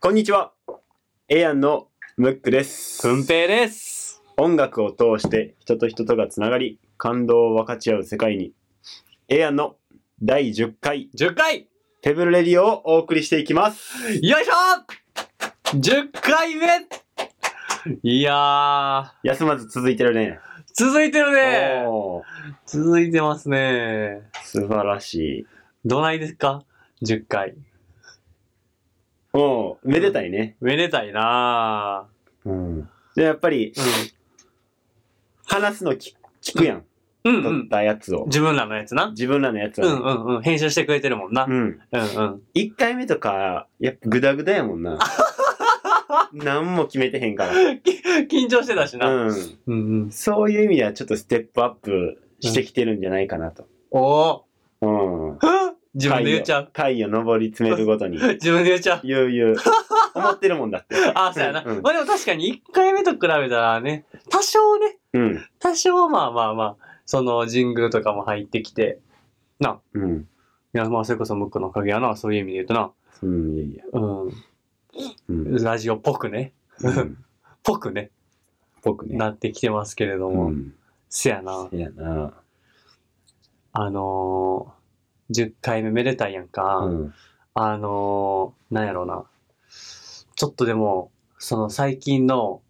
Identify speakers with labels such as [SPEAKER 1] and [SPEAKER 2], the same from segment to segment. [SPEAKER 1] こんにちは。エアンのムックです。
[SPEAKER 2] くんぺいです。
[SPEAKER 1] 音楽を通して人と人とがつながり、感動を分かち合う世界に、エアンの第10回
[SPEAKER 2] 10回
[SPEAKER 1] ペブルレディオをお送りしていきます。
[SPEAKER 2] よいしょ !10 回目いや
[SPEAKER 1] 休まず続いてるね。
[SPEAKER 2] ー、続いてるね
[SPEAKER 1] おー
[SPEAKER 2] 続いてますね
[SPEAKER 1] 素晴らしい。
[SPEAKER 2] どないですか ?10 回。
[SPEAKER 1] もう、めでたいね。
[SPEAKER 2] めでたいな
[SPEAKER 1] うん。で、やっぱり、
[SPEAKER 2] ー
[SPEAKER 1] 話すの聞聞くやん。
[SPEAKER 2] うん。うんう
[SPEAKER 1] 撮っ
[SPEAKER 2] ん。
[SPEAKER 1] たやつを。
[SPEAKER 2] 自分らのやつな。
[SPEAKER 1] 自分らのやつ
[SPEAKER 2] う
[SPEAKER 1] は
[SPEAKER 2] ん
[SPEAKER 1] ね。
[SPEAKER 2] うんうん。編集してくれてるもんな。
[SPEAKER 1] うん。
[SPEAKER 2] うんうん。
[SPEAKER 1] 1回目とか、やっぱグダグダやもんな。何も決めてへんか
[SPEAKER 2] 緊張してたしな。
[SPEAKER 1] ら。うん。
[SPEAKER 2] うんうん。
[SPEAKER 1] そういう意味ではちょっとステップアップしてきてるんじゃないかなと。
[SPEAKER 2] おー。
[SPEAKER 1] うん。
[SPEAKER 2] 自分で言っちゃう。
[SPEAKER 1] 回を上り詰めるご とに、
[SPEAKER 2] 自分で言っちゃう。
[SPEAKER 1] 悠々、思ってるもんだって。
[SPEAKER 2] あ、そうやな。
[SPEAKER 1] うん
[SPEAKER 2] まあでも確かに1回目と比べたらね、多少ね、
[SPEAKER 1] うん。
[SPEAKER 2] 多少まあまあまあ、その神宮とかも入ってきて、
[SPEAKER 1] うん。
[SPEAKER 2] いやまあそれこそムックのおかげやな、そういう意味で言うとな、
[SPEAKER 1] うん、いやいや。
[SPEAKER 2] う
[SPEAKER 1] うん。
[SPEAKER 2] ん、ラジオっぽくね、
[SPEAKER 1] うん
[SPEAKER 2] ぽくね、
[SPEAKER 1] 僕ね。
[SPEAKER 2] なってきてますけれども、
[SPEAKER 1] うん。
[SPEAKER 2] せやな、
[SPEAKER 1] いやな。
[SPEAKER 2] あのー、10回目めでたいやんか、
[SPEAKER 1] うん。
[SPEAKER 2] あのー、なんやろうな、ちょっとでも、その最近の、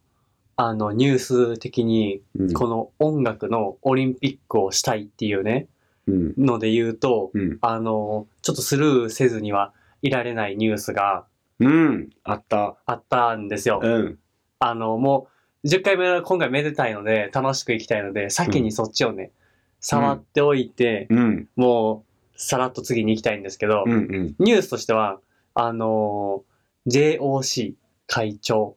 [SPEAKER 2] あの、ニュース的に、
[SPEAKER 1] うん
[SPEAKER 2] この音楽のオリンピックをしたいっていうね、
[SPEAKER 1] うん。
[SPEAKER 2] ので言うと、
[SPEAKER 1] うん。
[SPEAKER 2] あの、ちょっとスルーせずにはいられないニュースが
[SPEAKER 1] うん。あった。
[SPEAKER 2] あったんですよ
[SPEAKER 1] う。ん。
[SPEAKER 2] あの、もう、10回目の今回めでたいので、楽しくいきたいので、先にそっちをね、触っておいて、
[SPEAKER 1] うん。
[SPEAKER 2] もう、さらっと次に行きたいんですけど、
[SPEAKER 1] うん。うん。
[SPEAKER 2] ニュースとしては、あの、JOC 会長、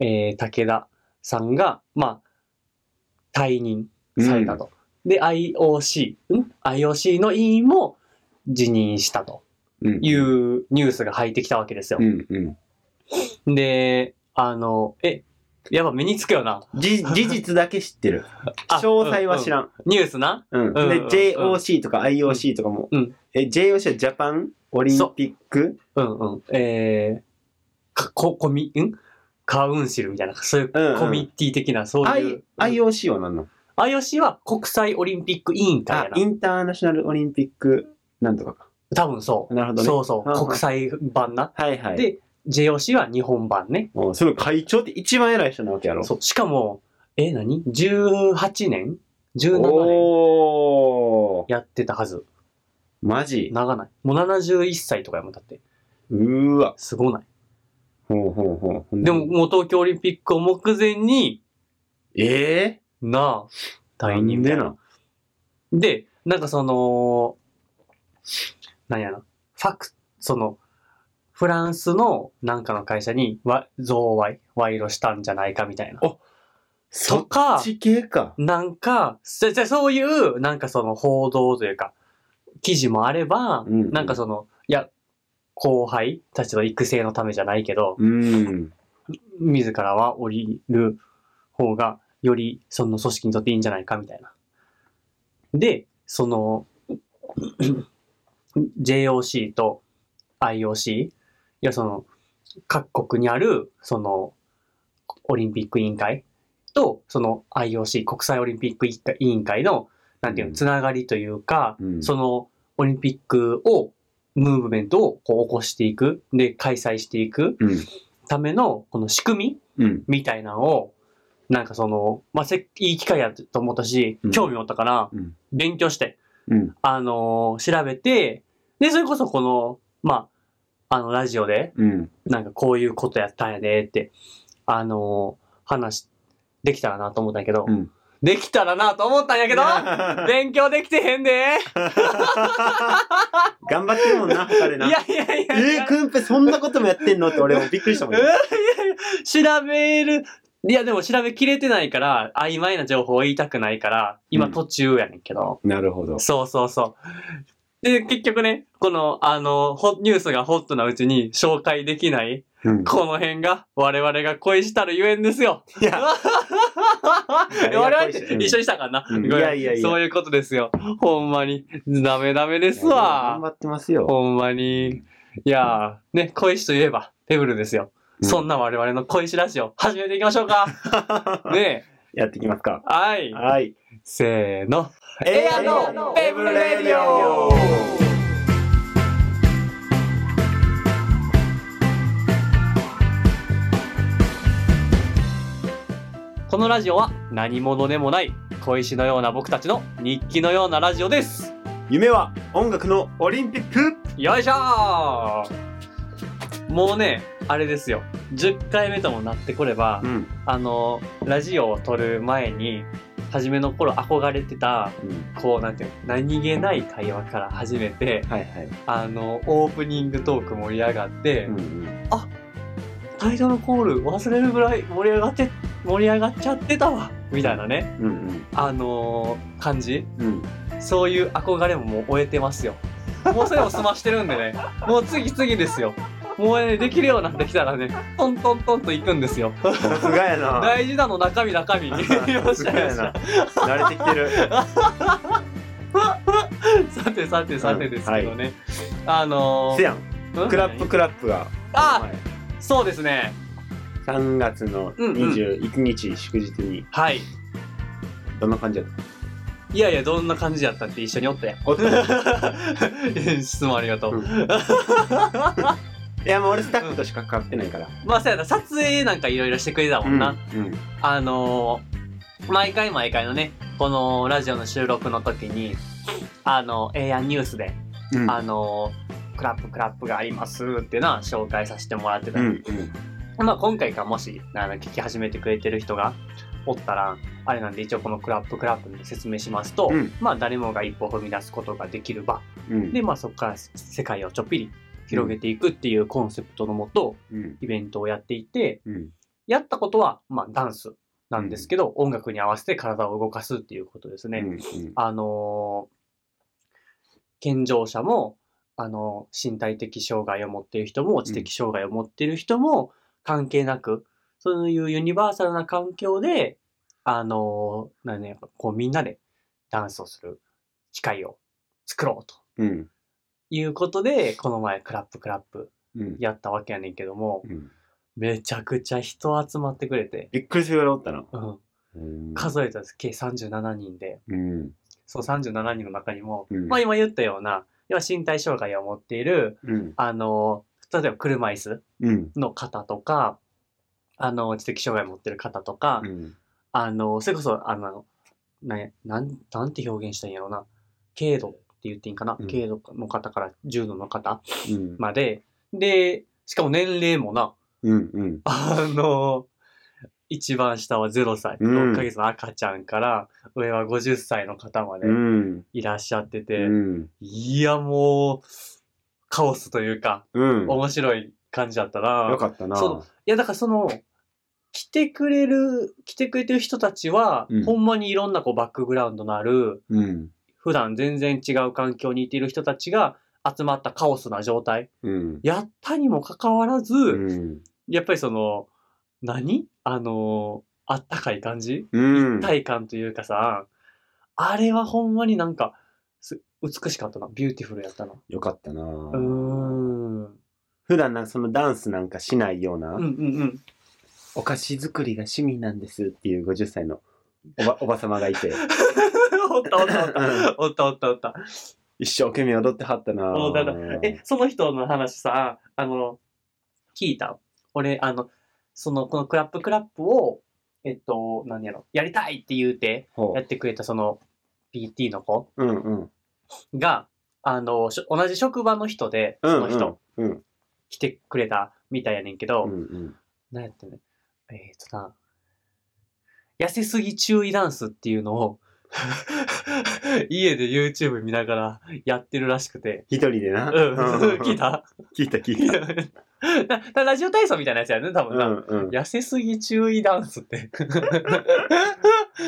[SPEAKER 2] えー、武田さんが、まあ、退任されたと。で、IOC、ん ?IOC の委員も辞任したと。
[SPEAKER 1] うん。
[SPEAKER 2] いうニュースが入ってきたわけですよ
[SPEAKER 1] う。ん。うん。
[SPEAKER 2] で、あの、え、やっぱ目につくよな。
[SPEAKER 1] じ事実だけ知ってる。
[SPEAKER 2] あ
[SPEAKER 1] 詳細は知
[SPEAKER 2] うん
[SPEAKER 1] ら
[SPEAKER 2] うん
[SPEAKER 1] ん。
[SPEAKER 2] ニュースな。
[SPEAKER 1] うん。
[SPEAKER 2] うん
[SPEAKER 1] で
[SPEAKER 2] うん、
[SPEAKER 1] JOC とか IOC とかも
[SPEAKER 2] うん。
[SPEAKER 1] え、JOC はジャパンオリンピック
[SPEAKER 2] うんうん。えー、か、こ、コミ、んカウンシルみたいな、そういう
[SPEAKER 1] うんうん
[SPEAKER 2] コミュニティ的な、そういう。
[SPEAKER 1] I、
[SPEAKER 2] うん
[SPEAKER 1] IOC は何なの
[SPEAKER 2] IOC は国際オリンピック委員会
[SPEAKER 1] あ
[SPEAKER 2] や、
[SPEAKER 1] イ
[SPEAKER 2] な。
[SPEAKER 1] ンターナショナルオリンピックなんとかか。
[SPEAKER 2] 多分そう。
[SPEAKER 1] なるほどね
[SPEAKER 2] そうそう
[SPEAKER 1] ん
[SPEAKER 2] う。
[SPEAKER 1] うん
[SPEAKER 2] 国際版な。
[SPEAKER 1] はいはい。
[SPEAKER 2] で、JOC は日本版ね。
[SPEAKER 1] おうその会長って一番偉い人なわけやろ。
[SPEAKER 2] そう。しかも、え、何 ?18 年 ?17 年
[SPEAKER 1] おー。
[SPEAKER 2] やってたはず。
[SPEAKER 1] マジ
[SPEAKER 2] 長ない。もう71歳とかやもんだって。
[SPEAKER 1] うーわ。
[SPEAKER 2] すごない。
[SPEAKER 1] ほうほうほうほん
[SPEAKER 2] でも、もう東京オリンピックを目前に、
[SPEAKER 1] ええ
[SPEAKER 2] なあ、退
[SPEAKER 1] な
[SPEAKER 2] 任
[SPEAKER 1] ん
[SPEAKER 2] みた
[SPEAKER 1] で
[SPEAKER 2] い
[SPEAKER 1] な
[SPEAKER 2] な。。で、なんかその、なんやな、ファク、その、フランスのなんかの会社にわ贈賄、賄賂したんじゃないかみたいな。
[SPEAKER 1] お
[SPEAKER 2] とか、
[SPEAKER 1] 地形か。
[SPEAKER 2] なんか、せせそういう、なんかその報道というか、記事もあれば、
[SPEAKER 1] うんうん
[SPEAKER 2] なんかその、いや、後輩たちの育成のためじゃないけど、
[SPEAKER 1] うん。
[SPEAKER 2] 自らは降りる方が、よりその組織にとっていいんじゃないかみたいな。で、その、JOC と IOC、いやその、各国にある、その、オリンピック委員会と、その IOC、国際オリンピック委員会委員会の、なんていう
[SPEAKER 1] うん
[SPEAKER 2] の、つながりというか、
[SPEAKER 1] うん
[SPEAKER 2] その、オリンピックを、ムーブメントをこう起こしていく、で、開催していく
[SPEAKER 1] うん。
[SPEAKER 2] ための、この仕組み
[SPEAKER 1] うん。
[SPEAKER 2] みたいなのを、なんかその、まあ、せいい機会やと思ったし、
[SPEAKER 1] うん
[SPEAKER 2] 興味持ったから、
[SPEAKER 1] うん
[SPEAKER 2] 勉強して、
[SPEAKER 1] うん。
[SPEAKER 2] あのー調べて、で、それこそこの、まあ、あの、ラジオで、
[SPEAKER 1] うん。
[SPEAKER 2] なんかこういうことやったんやでって、あのー話、できたらなと思ったんやけど、
[SPEAKER 1] うん
[SPEAKER 2] できたらなと思ったんや けど、勉強できてへんで
[SPEAKER 1] 頑張ってるもんな、彼
[SPEAKER 2] い
[SPEAKER 1] な。
[SPEAKER 2] やいやい
[SPEAKER 1] え
[SPEAKER 2] やいや
[SPEAKER 1] ー、くんぺ、そんなこともやってんのって俺もびっくりしたもんね。
[SPEAKER 2] いやいや調べる、いやでも調べきれてないから、曖昧な情報を言いたくないから、今
[SPEAKER 1] うん
[SPEAKER 2] 途中やねんけど。
[SPEAKER 1] なるほど。
[SPEAKER 2] そうそうそう。で、結局ね、この、あの、ホニュースがホットなうちに紹介できない、
[SPEAKER 1] うん。
[SPEAKER 2] この辺が我々が恋したるゆえんですよ。
[SPEAKER 1] いや
[SPEAKER 2] 我々って一緒
[SPEAKER 1] に。
[SPEAKER 2] にしたからな。
[SPEAKER 1] うん
[SPEAKER 2] ごめん
[SPEAKER 1] いやいやいや
[SPEAKER 2] そういうことですよ。ほんまに。ダメダメです
[SPEAKER 1] 頑
[SPEAKER 2] わ。
[SPEAKER 1] 張ってますよ。
[SPEAKER 2] ほんまに。いやー、ね、恋しといえば、ペブルですよ。そん
[SPEAKER 1] な。
[SPEAKER 2] な我々の小石ラジオ、始めていきまし ょうかねえ。
[SPEAKER 1] やっていきますか。
[SPEAKER 2] はい。
[SPEAKER 1] はい。
[SPEAKER 2] せーの。
[SPEAKER 1] エア
[SPEAKER 2] ア
[SPEAKER 1] の
[SPEAKER 2] の
[SPEAKER 1] ペ
[SPEAKER 2] ペ
[SPEAKER 1] ブ
[SPEAKER 2] ブ
[SPEAKER 1] ル
[SPEAKER 2] ル
[SPEAKER 1] レ
[SPEAKER 2] レ
[SPEAKER 1] デ
[SPEAKER 2] デ
[SPEAKER 1] ィ
[SPEAKER 2] ィ
[SPEAKER 1] オ
[SPEAKER 2] オこのラジオは何者でもない小石のような僕たちの日記のようなラジオです。
[SPEAKER 1] 夢は音楽のオリンピック
[SPEAKER 2] よいしょーもうね、あれですよ。10回目ともなってこれば、
[SPEAKER 1] ん。
[SPEAKER 2] あの、ラジオを撮る前に、初めの頃憧れてた、
[SPEAKER 1] うん。
[SPEAKER 2] こう、なんていうの何気ない会話から始めて、
[SPEAKER 1] はいはい。
[SPEAKER 2] あの、オープニングトーク盛り上がって、
[SPEAKER 1] うんうん。
[SPEAKER 2] タイトルコール忘れるぐらい盛り上がって、盛り上がっちゃってたわみたいなね、
[SPEAKER 1] うん
[SPEAKER 2] あのー感じ
[SPEAKER 1] うん。うん。
[SPEAKER 2] そういう憧れももう終えてますよ。もうそれも済ましてるん でね、もう次々ですよ。もうね、できるようになってきたらね、トントントンと行くん ですよ。
[SPEAKER 1] さすがやな。
[SPEAKER 2] 大事なの中身中身。よっしゃよっ
[SPEAKER 1] さす
[SPEAKER 2] し
[SPEAKER 1] がやな
[SPEAKER 2] ゃ。。
[SPEAKER 1] 慣れてきてる。
[SPEAKER 2] さてさてさてですけどね。あの
[SPEAKER 1] せ
[SPEAKER 2] ー、
[SPEAKER 1] やん。クラップ
[SPEAKER 2] プ。
[SPEAKER 1] クラップが。
[SPEAKER 2] あそうですね。
[SPEAKER 1] 3月の21日祝日に、
[SPEAKER 2] はい。
[SPEAKER 1] どんな感じやった
[SPEAKER 2] いやいや、どんな感じやったって一緒におったやん。
[SPEAKER 1] おっと
[SPEAKER 2] 質問ありがとう。
[SPEAKER 1] うんいや、もう俺スタッフとしか関わってないから。
[SPEAKER 2] まあ、そうやな、撮影なんかいろいろしてくれたもんな。
[SPEAKER 1] うん。
[SPEAKER 2] あのー毎回毎回のね、このラジオの収録の時に、あの、エアニュースで、
[SPEAKER 1] うん。
[SPEAKER 2] あのークラップクラップがありますってな、紹介させてもらってた。
[SPEAKER 1] うん。うん。
[SPEAKER 2] まあ、今回からもし、あの、聞き始めてくれてる人がおったら、あれなんで一応このクラップクラップに説明しますと、
[SPEAKER 1] うん
[SPEAKER 2] まあ、誰もが一歩踏み出すことができる場。
[SPEAKER 1] うん。
[SPEAKER 2] で、まあ、そこから世界をちょっぴり広げていくっていうコンセプトのもと、
[SPEAKER 1] うん。
[SPEAKER 2] イベントをやっていて、
[SPEAKER 1] うん。
[SPEAKER 2] やったことは、まあ、ダンスなんですけど、音楽に合わせて体を動かすっていうことですね。
[SPEAKER 1] うん。
[SPEAKER 2] あのー健常者も、あのー身体的障害を持っている人も、知的障害を持っている人も、関係なく、そういうユニバーサルな環境で、あのーなんだね、こうみんなでダンスをする機会を作ろうと
[SPEAKER 1] うん。
[SPEAKER 2] いうことで、この前、クラップクラップ
[SPEAKER 1] うん。
[SPEAKER 2] やったわけやねんけども、
[SPEAKER 1] うん
[SPEAKER 2] めちゃくちゃ人集まってくれて、
[SPEAKER 1] びっくりするぐらいおったな。
[SPEAKER 2] うん。
[SPEAKER 1] うん
[SPEAKER 2] 数えたんです計37人で
[SPEAKER 1] うん。
[SPEAKER 2] その37人の中にも、
[SPEAKER 1] うん
[SPEAKER 2] まあ今言ったような要は身体障害を持っている
[SPEAKER 1] うん。
[SPEAKER 2] あの例えば車椅子
[SPEAKER 1] うん。
[SPEAKER 2] の方とかあの知的障害を持ってる方とか、
[SPEAKER 1] うん。
[SPEAKER 2] あのそれこそあのなんなんなんて表現したらいいんやろうな軽度って言っていいんかな、
[SPEAKER 1] うん
[SPEAKER 2] 軽度の方から重度の方
[SPEAKER 1] うん。
[SPEAKER 2] まででしかも年齢もな
[SPEAKER 1] うん。うん。
[SPEAKER 2] あの、一番下は0歳、
[SPEAKER 1] うん
[SPEAKER 2] 6ヶ月の赤ちゃんから、上は50歳の方まで
[SPEAKER 1] うん。
[SPEAKER 2] いらっしゃってて、
[SPEAKER 1] うん。
[SPEAKER 2] いや、もう、カオスというか、
[SPEAKER 1] うん。
[SPEAKER 2] 面白い感じだったな。
[SPEAKER 1] よかったな。
[SPEAKER 2] そういや、だからその、来てくれる、来てくれてる人たちは、
[SPEAKER 1] うん
[SPEAKER 2] ほんまにいろんなこうバックグラウンドのある、
[SPEAKER 1] うん。
[SPEAKER 2] 普段全然違う環境にいている人たちが集まったカオスな状態、
[SPEAKER 1] うん。
[SPEAKER 2] やったにもかかわらず、
[SPEAKER 1] うん。
[SPEAKER 2] やっぱりその、何あのーあったかい感じ
[SPEAKER 1] うん。
[SPEAKER 2] 体感というかさ、あれはほんまになんか、す美しかったな。ビューティフルやったな。
[SPEAKER 1] よかったな。
[SPEAKER 2] うーん。うん
[SPEAKER 1] 普段な、そのダンスなんかしないような、
[SPEAKER 2] うんうん。
[SPEAKER 1] お菓子作りが趣味なんですっていう50歳のおばおば様がいて、
[SPEAKER 2] おったおったおった。おったおったおった。
[SPEAKER 1] 一生懸命踊ってはったな。
[SPEAKER 2] 踊ってはっえ、その人の話さ、あの、聞いた俺、あの、その、このクラップクラップを、えっと、何やろ、やりたいって言うて、
[SPEAKER 1] ほ
[SPEAKER 2] やってくれたその、PT の子
[SPEAKER 1] う。うんうん。
[SPEAKER 2] が、あの、しょ同じ職場の人で、
[SPEAKER 1] うん
[SPEAKER 2] そ
[SPEAKER 1] うん
[SPEAKER 2] の人、
[SPEAKER 1] うん
[SPEAKER 2] 来てくれたみたいやねんけ
[SPEAKER 1] う
[SPEAKER 2] ど、
[SPEAKER 1] んうん。
[SPEAKER 2] なんやってね、えー、っとな、痩せすぎ注意ダンスっていうのを、 家で YouTube 見ながらやってるらしくて、
[SPEAKER 1] 一人でな。
[SPEAKER 2] うん、聞いた
[SPEAKER 1] 聞いた聞いた。
[SPEAKER 2] ななラジオ体操みたいなやつやね、多
[SPEAKER 1] う
[SPEAKER 2] 分な。
[SPEAKER 1] んうん。
[SPEAKER 2] 痩せすぎ注意ダンスって。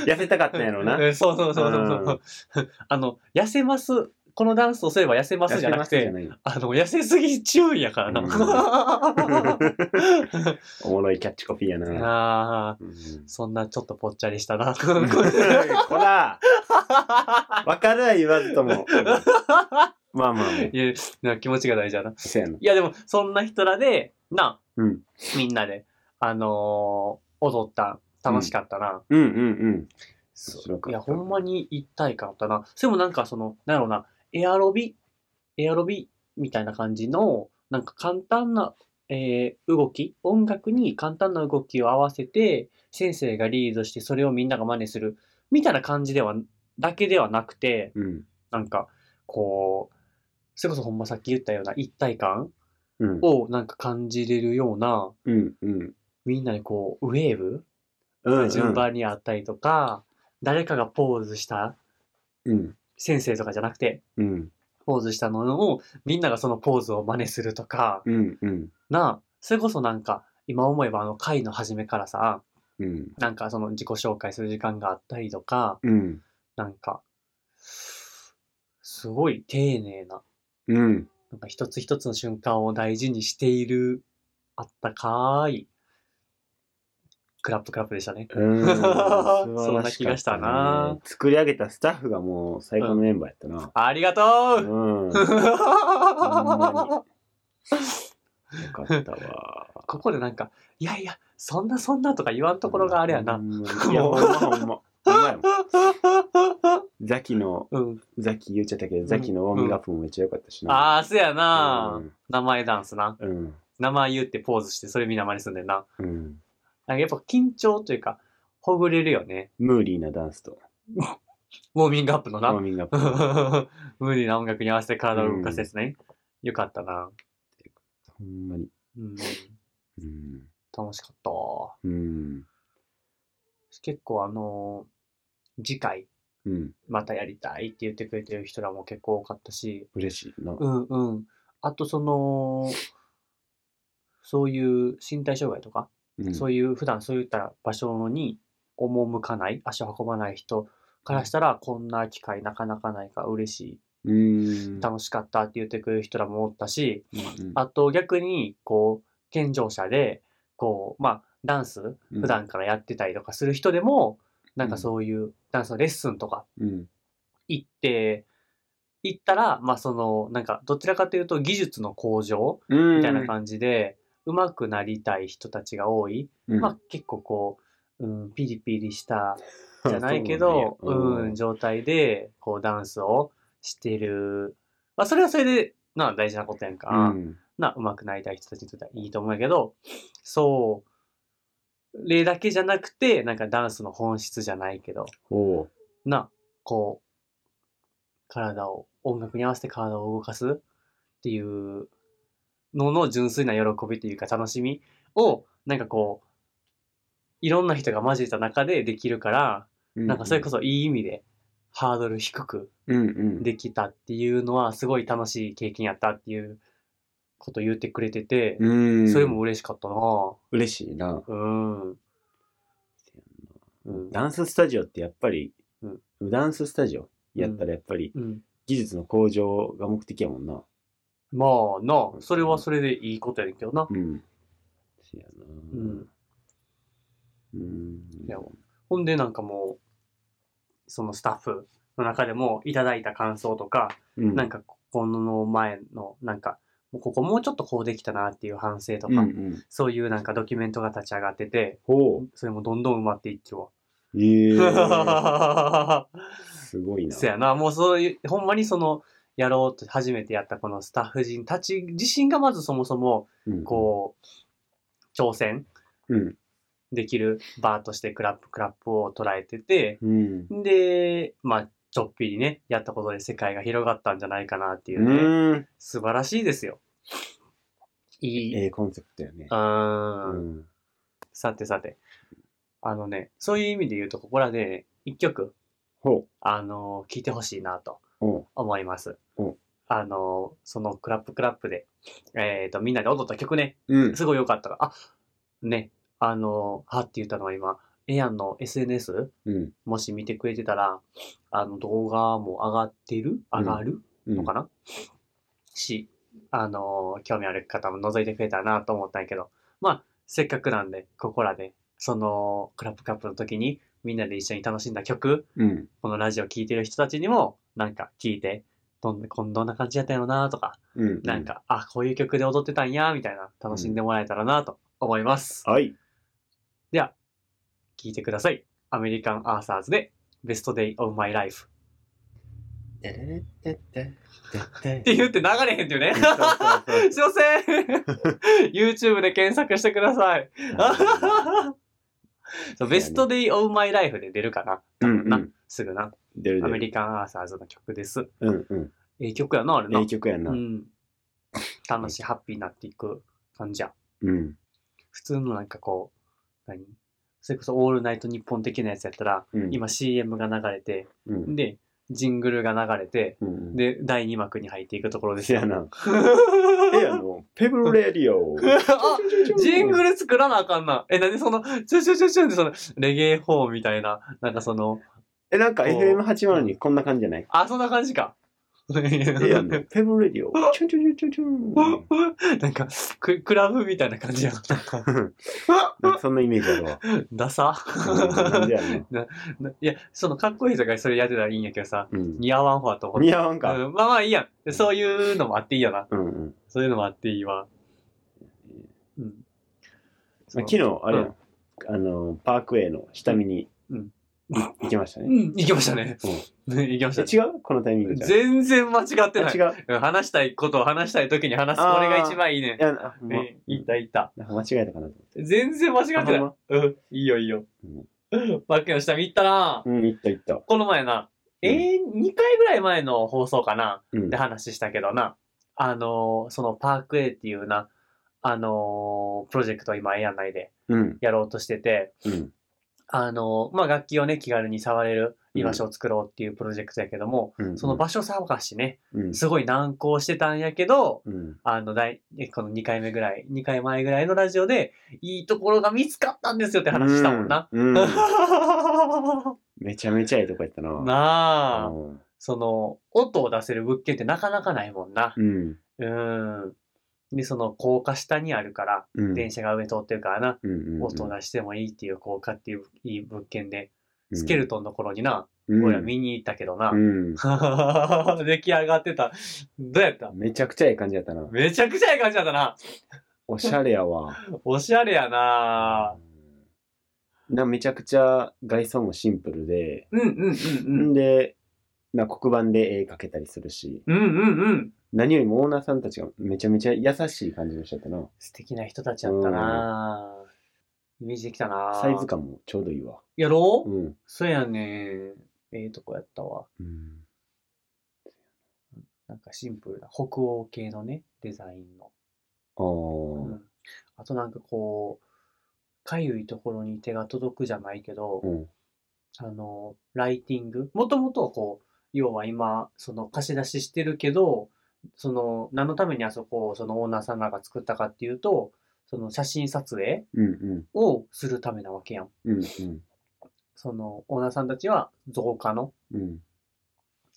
[SPEAKER 1] 痩せたかったんやろな。
[SPEAKER 2] うん そうそうそうそうそう。あの、痩せます。このダンスをすれば痩せますじゃなく
[SPEAKER 1] 痩せ
[SPEAKER 2] て
[SPEAKER 1] ま、すじゃない
[SPEAKER 2] あの、痩せすぎ注意やからな。
[SPEAKER 1] うん
[SPEAKER 2] あ
[SPEAKER 1] おもろいキャッチコピーやな。
[SPEAKER 2] あ、
[SPEAKER 1] うん
[SPEAKER 2] そんなちょっとぽっちゃりした な。
[SPEAKER 1] こらわかるは言わずとも。まあまあ、
[SPEAKER 2] いや、な気持ちが大事だな。
[SPEAKER 1] そうやな。
[SPEAKER 2] いや、でも、そんな人らで、な、
[SPEAKER 1] うん。
[SPEAKER 2] みんなで、あのー踊った。楽しかったな。
[SPEAKER 1] うんうんうん。面白
[SPEAKER 2] い
[SPEAKER 1] か
[SPEAKER 2] や、
[SPEAKER 1] っ
[SPEAKER 2] ほんまに一体感あったな。それもなんかその、なんやろうな、エアロビ、エアロビみたいな感じの、なんか簡単な、えー動き、音楽に簡単な動きを合わせて、先生がリードして、それをみんなが真似する、みたいな感じでは、だけではなくて、
[SPEAKER 1] うん。
[SPEAKER 2] なんか、こう、それこそほんまさっき言ったような一体感
[SPEAKER 1] うん。
[SPEAKER 2] をなんか感じれるような、
[SPEAKER 1] うんうん。
[SPEAKER 2] みんなでこう、ウェーブ
[SPEAKER 1] うん。
[SPEAKER 2] 順番にあったりとか、誰かがポーズした
[SPEAKER 1] うん。
[SPEAKER 2] 先生とかじゃなくて、
[SPEAKER 1] うん。
[SPEAKER 2] ポーズしたのを、みんながそのポーズを真似するとか、
[SPEAKER 1] うん。うん。
[SPEAKER 2] なあ、それこそなんか、今思えばあの回の初めからさ、
[SPEAKER 1] うん。
[SPEAKER 2] なんかその自己紹介する時間があったりとか、
[SPEAKER 1] うん。
[SPEAKER 2] なんか、すごい丁寧な、
[SPEAKER 1] うん。
[SPEAKER 2] なんか一つ一つの瞬間を大事にしている、あったかーい、クラップクラップでしたね。
[SPEAKER 1] うん
[SPEAKER 2] そんな気がしたな。
[SPEAKER 1] 作り上げたスタッフがもう最高のメンバーやったな。
[SPEAKER 2] ありが
[SPEAKER 1] う。
[SPEAKER 2] とう
[SPEAKER 1] よ
[SPEAKER 2] ん
[SPEAKER 1] まかったわ。
[SPEAKER 2] ここでなんか、いやいや、そんなそんなとか言わんところがあれ やな
[SPEAKER 1] ほ。んまにいや、ほんまほんま。ほんまやもんザキの、
[SPEAKER 2] うん。
[SPEAKER 1] ザキ言っちゃったけど、ザキのウォーミングアップもめっちゃ良かったしな。
[SPEAKER 2] ああ、そやな、
[SPEAKER 1] うん
[SPEAKER 2] 名前ダンスな。
[SPEAKER 1] うん。
[SPEAKER 2] 名前言ってポーズして、それみんな真似すんねんな。
[SPEAKER 1] うん。
[SPEAKER 2] なんかやっぱ緊張というか、ほぐれるよね。
[SPEAKER 1] ムーリーなダンスと、
[SPEAKER 2] ウォーミングアップの
[SPEAKER 1] ウォー
[SPEAKER 2] な。
[SPEAKER 1] ミングアップ。
[SPEAKER 2] 無理な音楽に合わせて体を動かすやつね。よかったな。
[SPEAKER 1] ほんまに。
[SPEAKER 2] うん。
[SPEAKER 1] うん。
[SPEAKER 2] 楽しかった。
[SPEAKER 1] うん。
[SPEAKER 2] 結構あのー次回
[SPEAKER 1] うん。
[SPEAKER 2] またやりたいって言ってくれてる人らも結構多かったし、
[SPEAKER 1] 嬉しいな。
[SPEAKER 2] うんうん。あとその、そういう身体障害とか、
[SPEAKER 1] うん
[SPEAKER 2] そういう普段そういった場所に赴かない、足を運ばない人からしたら、こんな機会なかなかないから嬉し
[SPEAKER 1] うん。
[SPEAKER 2] い、楽しかったって言ってくれる人らもおったし、
[SPEAKER 1] うん
[SPEAKER 2] あと逆に、こう、健常者で、こう、まあ、ダンス、
[SPEAKER 1] うん
[SPEAKER 2] 普段からやってたりとかする人でも、なん
[SPEAKER 1] う
[SPEAKER 2] か
[SPEAKER 1] ん
[SPEAKER 2] そういうダンスのレッスンとか
[SPEAKER 1] うん。
[SPEAKER 2] 行って、行ったら、まあその、なんかどちらかというと技術の向上
[SPEAKER 1] うん。
[SPEAKER 2] みたいな感じで、上手くなりたい人たちが多い。
[SPEAKER 1] じ。
[SPEAKER 2] まあ結構こう、うん、ピリピリしたじゃないけ
[SPEAKER 1] そ
[SPEAKER 2] ど、
[SPEAKER 1] うなんや
[SPEAKER 2] うん、状態で、こうダンスをしてる。まあそれはそれで、なあ大事なことやんか。
[SPEAKER 1] うん。
[SPEAKER 2] な、上手くなりたい人たちにとってはいいと思うんやけど、そう、例だけじゃなくて、なんかダンスの本質じゃないけど、
[SPEAKER 1] おう。
[SPEAKER 2] な、こう、体を、音楽に合わせて体を動かすっていうのの純粋な喜びというか楽しみを、なんかこう、いろんな人が混じった中でできるから、なんかそれこ
[SPEAKER 1] そ。
[SPEAKER 2] そいい意味でハードル低く
[SPEAKER 1] うんうん。
[SPEAKER 2] できたっていうのはすごい楽しい経験やったっていうことを言ってくれてて、
[SPEAKER 1] うん。
[SPEAKER 2] それも嬉しかったな
[SPEAKER 1] 嬉しいな。
[SPEAKER 2] うん。うん。
[SPEAKER 1] ダンススタジオってやっぱり
[SPEAKER 2] うん、
[SPEAKER 1] ダンススタジオやったらやっぱり
[SPEAKER 2] うん。
[SPEAKER 1] 技術の向上が目的やもんな。
[SPEAKER 2] まあなそれはそれでいいことやねんけどな。
[SPEAKER 1] うん。せやな。
[SPEAKER 2] うん。
[SPEAKER 1] うん。
[SPEAKER 2] いやほんでなんかもう、そのスタッフの中でもいただいた感想とか、
[SPEAKER 1] うん
[SPEAKER 2] なんかここの前の、なんか、もうここもうちょっとこうできたなっていう反省と
[SPEAKER 1] うん
[SPEAKER 2] か、
[SPEAKER 1] うん。
[SPEAKER 2] そういうなんかドキュメントが立ち上がってて、
[SPEAKER 1] ほ
[SPEAKER 2] それもどんどん埋まっていっては。
[SPEAKER 1] う。ええ。 すごいな。
[SPEAKER 2] そやな、もうそういう、ほんまにその、やろうと初めてやったこのスタッフ陣たち自身がまずそもそも、
[SPEAKER 1] うん
[SPEAKER 2] こう、挑戦
[SPEAKER 1] うん。
[SPEAKER 2] できるバーとしてクラップクラップを捉えてて、
[SPEAKER 1] うん。
[SPEAKER 2] で、まあ、ちょっぴりね、やったことで世界が広がったんじゃないかなっていうね、
[SPEAKER 1] うん。
[SPEAKER 2] 素晴らしいですよ。いい。
[SPEAKER 1] ええコンセプトやね。う
[SPEAKER 2] あー
[SPEAKER 1] ん。
[SPEAKER 2] さてさて。あのね、そういう意味で言うと、ここらで一曲、
[SPEAKER 1] ほう。
[SPEAKER 2] あのー、聴いてほしいなと
[SPEAKER 1] おう。
[SPEAKER 2] 思います
[SPEAKER 1] うん。
[SPEAKER 2] あのー、そのクラップクラップで、えっ、と、みんなで踊った曲ね、
[SPEAKER 1] うん。
[SPEAKER 2] すごい良かったから。あ、ね、あのー、はって言ったのは今、エアンの SNS
[SPEAKER 1] うん。
[SPEAKER 2] もし見てくれてたら、あの動画も上がってる
[SPEAKER 1] うん
[SPEAKER 2] 上がる
[SPEAKER 1] う
[SPEAKER 2] の
[SPEAKER 1] ん
[SPEAKER 2] かな、し、あのー興味ある方も覗いてくれたらなと思ったんやけど、まあ、せっかくなんで、ここらで、その、クラップカップの時に、みんなで一緒に楽しんだ曲、
[SPEAKER 1] うん。
[SPEAKER 2] このラジオ聴いてる人たちにも、なんか聴いて、どんな、こんどんな感じやったよなとか、
[SPEAKER 1] うん。
[SPEAKER 2] なん。か、あ、こういう曲で踊ってたんや、みたいな、楽しんでもらえたらなと思います。
[SPEAKER 1] はい。
[SPEAKER 2] では、聴いてください。アメリカンアーサーズで、ベストデイオブマイライフ。って言って流れへんっていうね。
[SPEAKER 1] そうそうそう
[SPEAKER 2] すいま せん !YouTube で検索してください。そうベストデイオブマイライフで出るかな。
[SPEAKER 1] うんう。
[SPEAKER 2] なんすぐな。
[SPEAKER 1] 出る
[SPEAKER 2] ア
[SPEAKER 1] 出
[SPEAKER 2] メ
[SPEAKER 1] る。
[SPEAKER 2] リカンアーサーズの曲です。
[SPEAKER 1] うんうん。
[SPEAKER 2] ええ曲やな、あれな
[SPEAKER 1] 名。曲やな
[SPEAKER 2] う。ん。楽しい、ハッピーになっていく感じや。
[SPEAKER 1] うん。
[SPEAKER 2] 普通のなんかこう、何それこそオールナイトニッポン的なやつやったら、
[SPEAKER 1] うん。
[SPEAKER 2] 今 CM が流れて、
[SPEAKER 1] うん。
[SPEAKER 2] で、ジングルが流れて、
[SPEAKER 1] うん。
[SPEAKER 2] で、第2幕に入っていくところです
[SPEAKER 1] せ
[SPEAKER 2] よ
[SPEAKER 1] や。 な。えやの、ペブロレディオ。
[SPEAKER 2] あ ジングル作らなあかんな。え、なんでその、ちょちょちょちょってその、レゲエ法みたいな、なんかその、
[SPEAKER 1] え、なんか
[SPEAKER 2] こう
[SPEAKER 1] FM80 にこんな感じじゃない
[SPEAKER 2] あ、そんな感じか。
[SPEAKER 1] えや の、ペブロレディオ。チュンチュンチュンチュンチュン。
[SPEAKER 2] なんかク、クラブみたいな感 じや。
[SPEAKER 1] なんかそんなイメージあるわ。
[SPEAKER 2] ダサ。
[SPEAKER 1] うんじゃあね。
[SPEAKER 2] いや、その、かっこいい人がそれやってたらいいんやけどさ、
[SPEAKER 1] うん。
[SPEAKER 2] 似合わんほわと思って。
[SPEAKER 1] 似合わんか。
[SPEAKER 2] うんまあまあいいやん。そういうのもあっていいよな。
[SPEAKER 1] うんうん。
[SPEAKER 2] そういうのもあっていいわ。うん。
[SPEAKER 1] 昨日、あれやんあの、パークウェイの下見に
[SPEAKER 2] うん
[SPEAKER 1] 行行きました
[SPEAKER 2] う
[SPEAKER 1] ね。
[SPEAKER 2] ん、行きましたね。 ね行きま
[SPEAKER 1] え
[SPEAKER 2] したね。
[SPEAKER 1] 違うこのタイミングじゃ。
[SPEAKER 2] 全然間違ってない。
[SPEAKER 1] あ違う。
[SPEAKER 2] うん話したいことを話したい時に話す。
[SPEAKER 1] あー
[SPEAKER 2] これが一番いいね
[SPEAKER 1] い。や、あほんま
[SPEAKER 2] ねいたいた。
[SPEAKER 1] なんか間違えたかなと思って。
[SPEAKER 2] 全然間違ってない。
[SPEAKER 1] あほんま
[SPEAKER 2] うん。いいよいいよ。 バックの下見行ったな。
[SPEAKER 1] うん、行った行った。
[SPEAKER 2] この前な。
[SPEAKER 1] うん
[SPEAKER 2] えー、2回ぐらい前の放送かな
[SPEAKER 1] うん
[SPEAKER 2] で。話したけどな。あのー、そのパークウェイっていうな、あのー、プロジェクトを今、エア内で
[SPEAKER 1] うん。
[SPEAKER 2] やろうとしてて、
[SPEAKER 1] うん。
[SPEAKER 2] あのー、まあ、楽器をね、気軽に触れる居場所を作ろうっていうプロジェクトやけども、
[SPEAKER 1] うん。
[SPEAKER 2] その場所探しね、
[SPEAKER 1] うん。
[SPEAKER 2] すごい難航してたんやけど、
[SPEAKER 1] うん。
[SPEAKER 2] あの、第、えこの2回目ぐらい、2回前ぐらいのラジオで、いいところが見つかったんですよって話したもんな。
[SPEAKER 1] うん。うん。めちゃめちゃええとこやったな。
[SPEAKER 2] なあ、
[SPEAKER 1] うん
[SPEAKER 2] その、音を出せる物件ってなかなかないもんな。
[SPEAKER 1] うん。
[SPEAKER 2] うん。で、その、高架下にあるから、
[SPEAKER 1] うん。
[SPEAKER 2] 電車が上通ってるからな、
[SPEAKER 1] うんうんうん、
[SPEAKER 2] 音を出してもいいっていう高架っていういい物件で、スケルトンの頃にな、
[SPEAKER 1] うん、
[SPEAKER 2] 俺ら見に行ったけどな
[SPEAKER 1] う、ん。
[SPEAKER 2] 出来上がってた。どうやった
[SPEAKER 1] めちゃくちゃええ感じやったな。
[SPEAKER 2] めちゃくちゃいい感じだったな。
[SPEAKER 1] おしゃれやわ。
[SPEAKER 2] おしゃれやな
[SPEAKER 1] なめちゃくちゃ外装もシンプルで、
[SPEAKER 2] うんうんうんうん
[SPEAKER 1] ん、。で、な黒板で絵描けたりするし、
[SPEAKER 2] うんうんうん。
[SPEAKER 1] 何よりもオーナーさんたちがめちゃめちゃ優しい感じの人やったな。
[SPEAKER 2] 素敵な人たちやったなぁ。イメージできたなぁ。
[SPEAKER 1] サイズ感もちょうどいいわ。
[SPEAKER 2] やろう、
[SPEAKER 1] うん。
[SPEAKER 2] そうやねんええとこやったわ。
[SPEAKER 1] うん。
[SPEAKER 2] なんかシンプルな。北欧系のね、デザインの。
[SPEAKER 1] あ
[SPEAKER 2] う
[SPEAKER 1] ー
[SPEAKER 2] ん。あとなんかこう、かゆいところに手が届くじゃないけど、
[SPEAKER 1] うん。
[SPEAKER 2] あの、ライティング。もともとはこう、要は今、その貸し出ししてるけど、その、何のためにあそこをそのオーナーさんらが作ったかっていうと、その写真撮影
[SPEAKER 1] うんうん。
[SPEAKER 2] をするためなわけやん。
[SPEAKER 1] うんうん。
[SPEAKER 2] そのオーナーさんたちは造花の、
[SPEAKER 1] うん。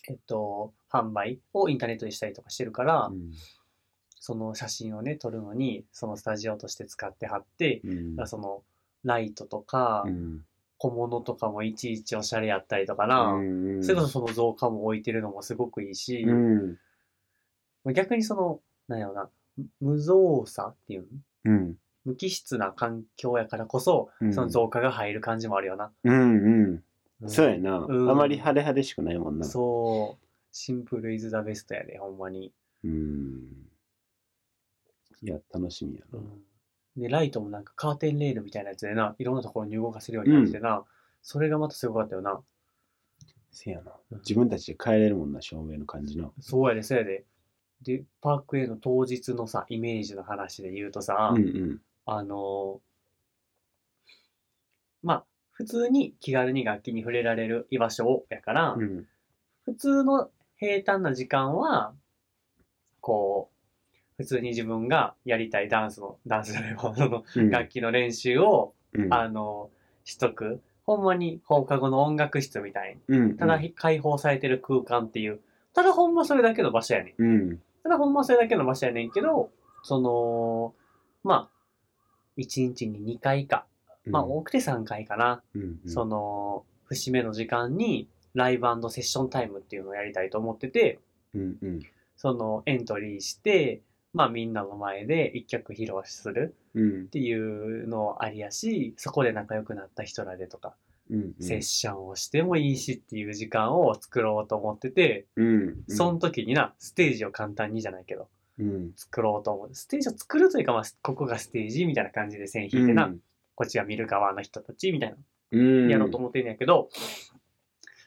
[SPEAKER 2] えっと、販売をインターネットにしたりとかしてるから、その写真をね、撮るのに、そのスタジオとして使ってはって、
[SPEAKER 1] うん
[SPEAKER 2] だからそのライトとか
[SPEAKER 1] う、ん。
[SPEAKER 2] 小物とかもいちいちおしゃれやったりとかな、
[SPEAKER 1] うん
[SPEAKER 2] それこそその造花も置いてるのもすごくいいし、
[SPEAKER 1] うん。
[SPEAKER 2] 逆にその、なんやろな、無造作っていうん
[SPEAKER 1] うん。
[SPEAKER 2] 無機質な環境やからこそ、
[SPEAKER 1] うん
[SPEAKER 2] その造花が入る感じもあるよな。
[SPEAKER 1] うんうん。
[SPEAKER 2] ん
[SPEAKER 1] そうやな。あ
[SPEAKER 2] うん
[SPEAKER 1] まり派手派手しくないもんな。
[SPEAKER 2] そう。シンプルイズザベストやで、ほんまに。
[SPEAKER 1] うん。いや、楽しみやな。
[SPEAKER 2] で、ライトもなんかカーテンレールみたいなやつでな、いろんなところに動かせるようになってな、それがまたすごかったよな。
[SPEAKER 1] せやな
[SPEAKER 2] うん。
[SPEAKER 1] 自分たちで変えれるもんな、照明の感じな。
[SPEAKER 2] そうやで、そうやで。で、パークへの当日のさ、イメージの話で言うとさ、
[SPEAKER 1] うんうん。
[SPEAKER 2] あのーまあ、普通に気軽に楽器に触れられる居場所やから、
[SPEAKER 1] うん
[SPEAKER 2] 普通の平坦な時間は、こう、普通に自分がやりたいダンスの、ダンスじゃない わ、その
[SPEAKER 1] うん。
[SPEAKER 2] 楽器の練習を、
[SPEAKER 1] うん
[SPEAKER 2] あの、しとく。ほんまに放課後の音楽室みたいに。
[SPEAKER 1] うん。
[SPEAKER 2] ただひ解放されてる空間っていう。ただほんまそれだけの場所やねん。
[SPEAKER 1] うん。
[SPEAKER 2] ただほんまそれだけの場所やねんけど、その、まあ、1日に2回か。まあ
[SPEAKER 1] うん、
[SPEAKER 2] 多くて3回かな。
[SPEAKER 1] うんうん
[SPEAKER 2] その、節目の時間にライブセッションタイムっていうのをやりたいと思ってて、
[SPEAKER 1] うんうん
[SPEAKER 2] そのエントリーして、まあみんなの前で一曲披露する
[SPEAKER 1] うん
[SPEAKER 2] っていうのありやし、そこで仲良くなった人らでとか、
[SPEAKER 1] うん
[SPEAKER 2] セッションをしてもいいしっていう時間を作ろうと思ってて、
[SPEAKER 1] うん
[SPEAKER 2] その時にな、ステージを簡単にじゃないけど、
[SPEAKER 1] うん
[SPEAKER 2] 作ろうと思う。ステージを作るというか、まあここがステージみたいな感じで線引いてな、こっちは見る側の人たちみたいな。
[SPEAKER 1] うん
[SPEAKER 2] やろうと思ってんやけど、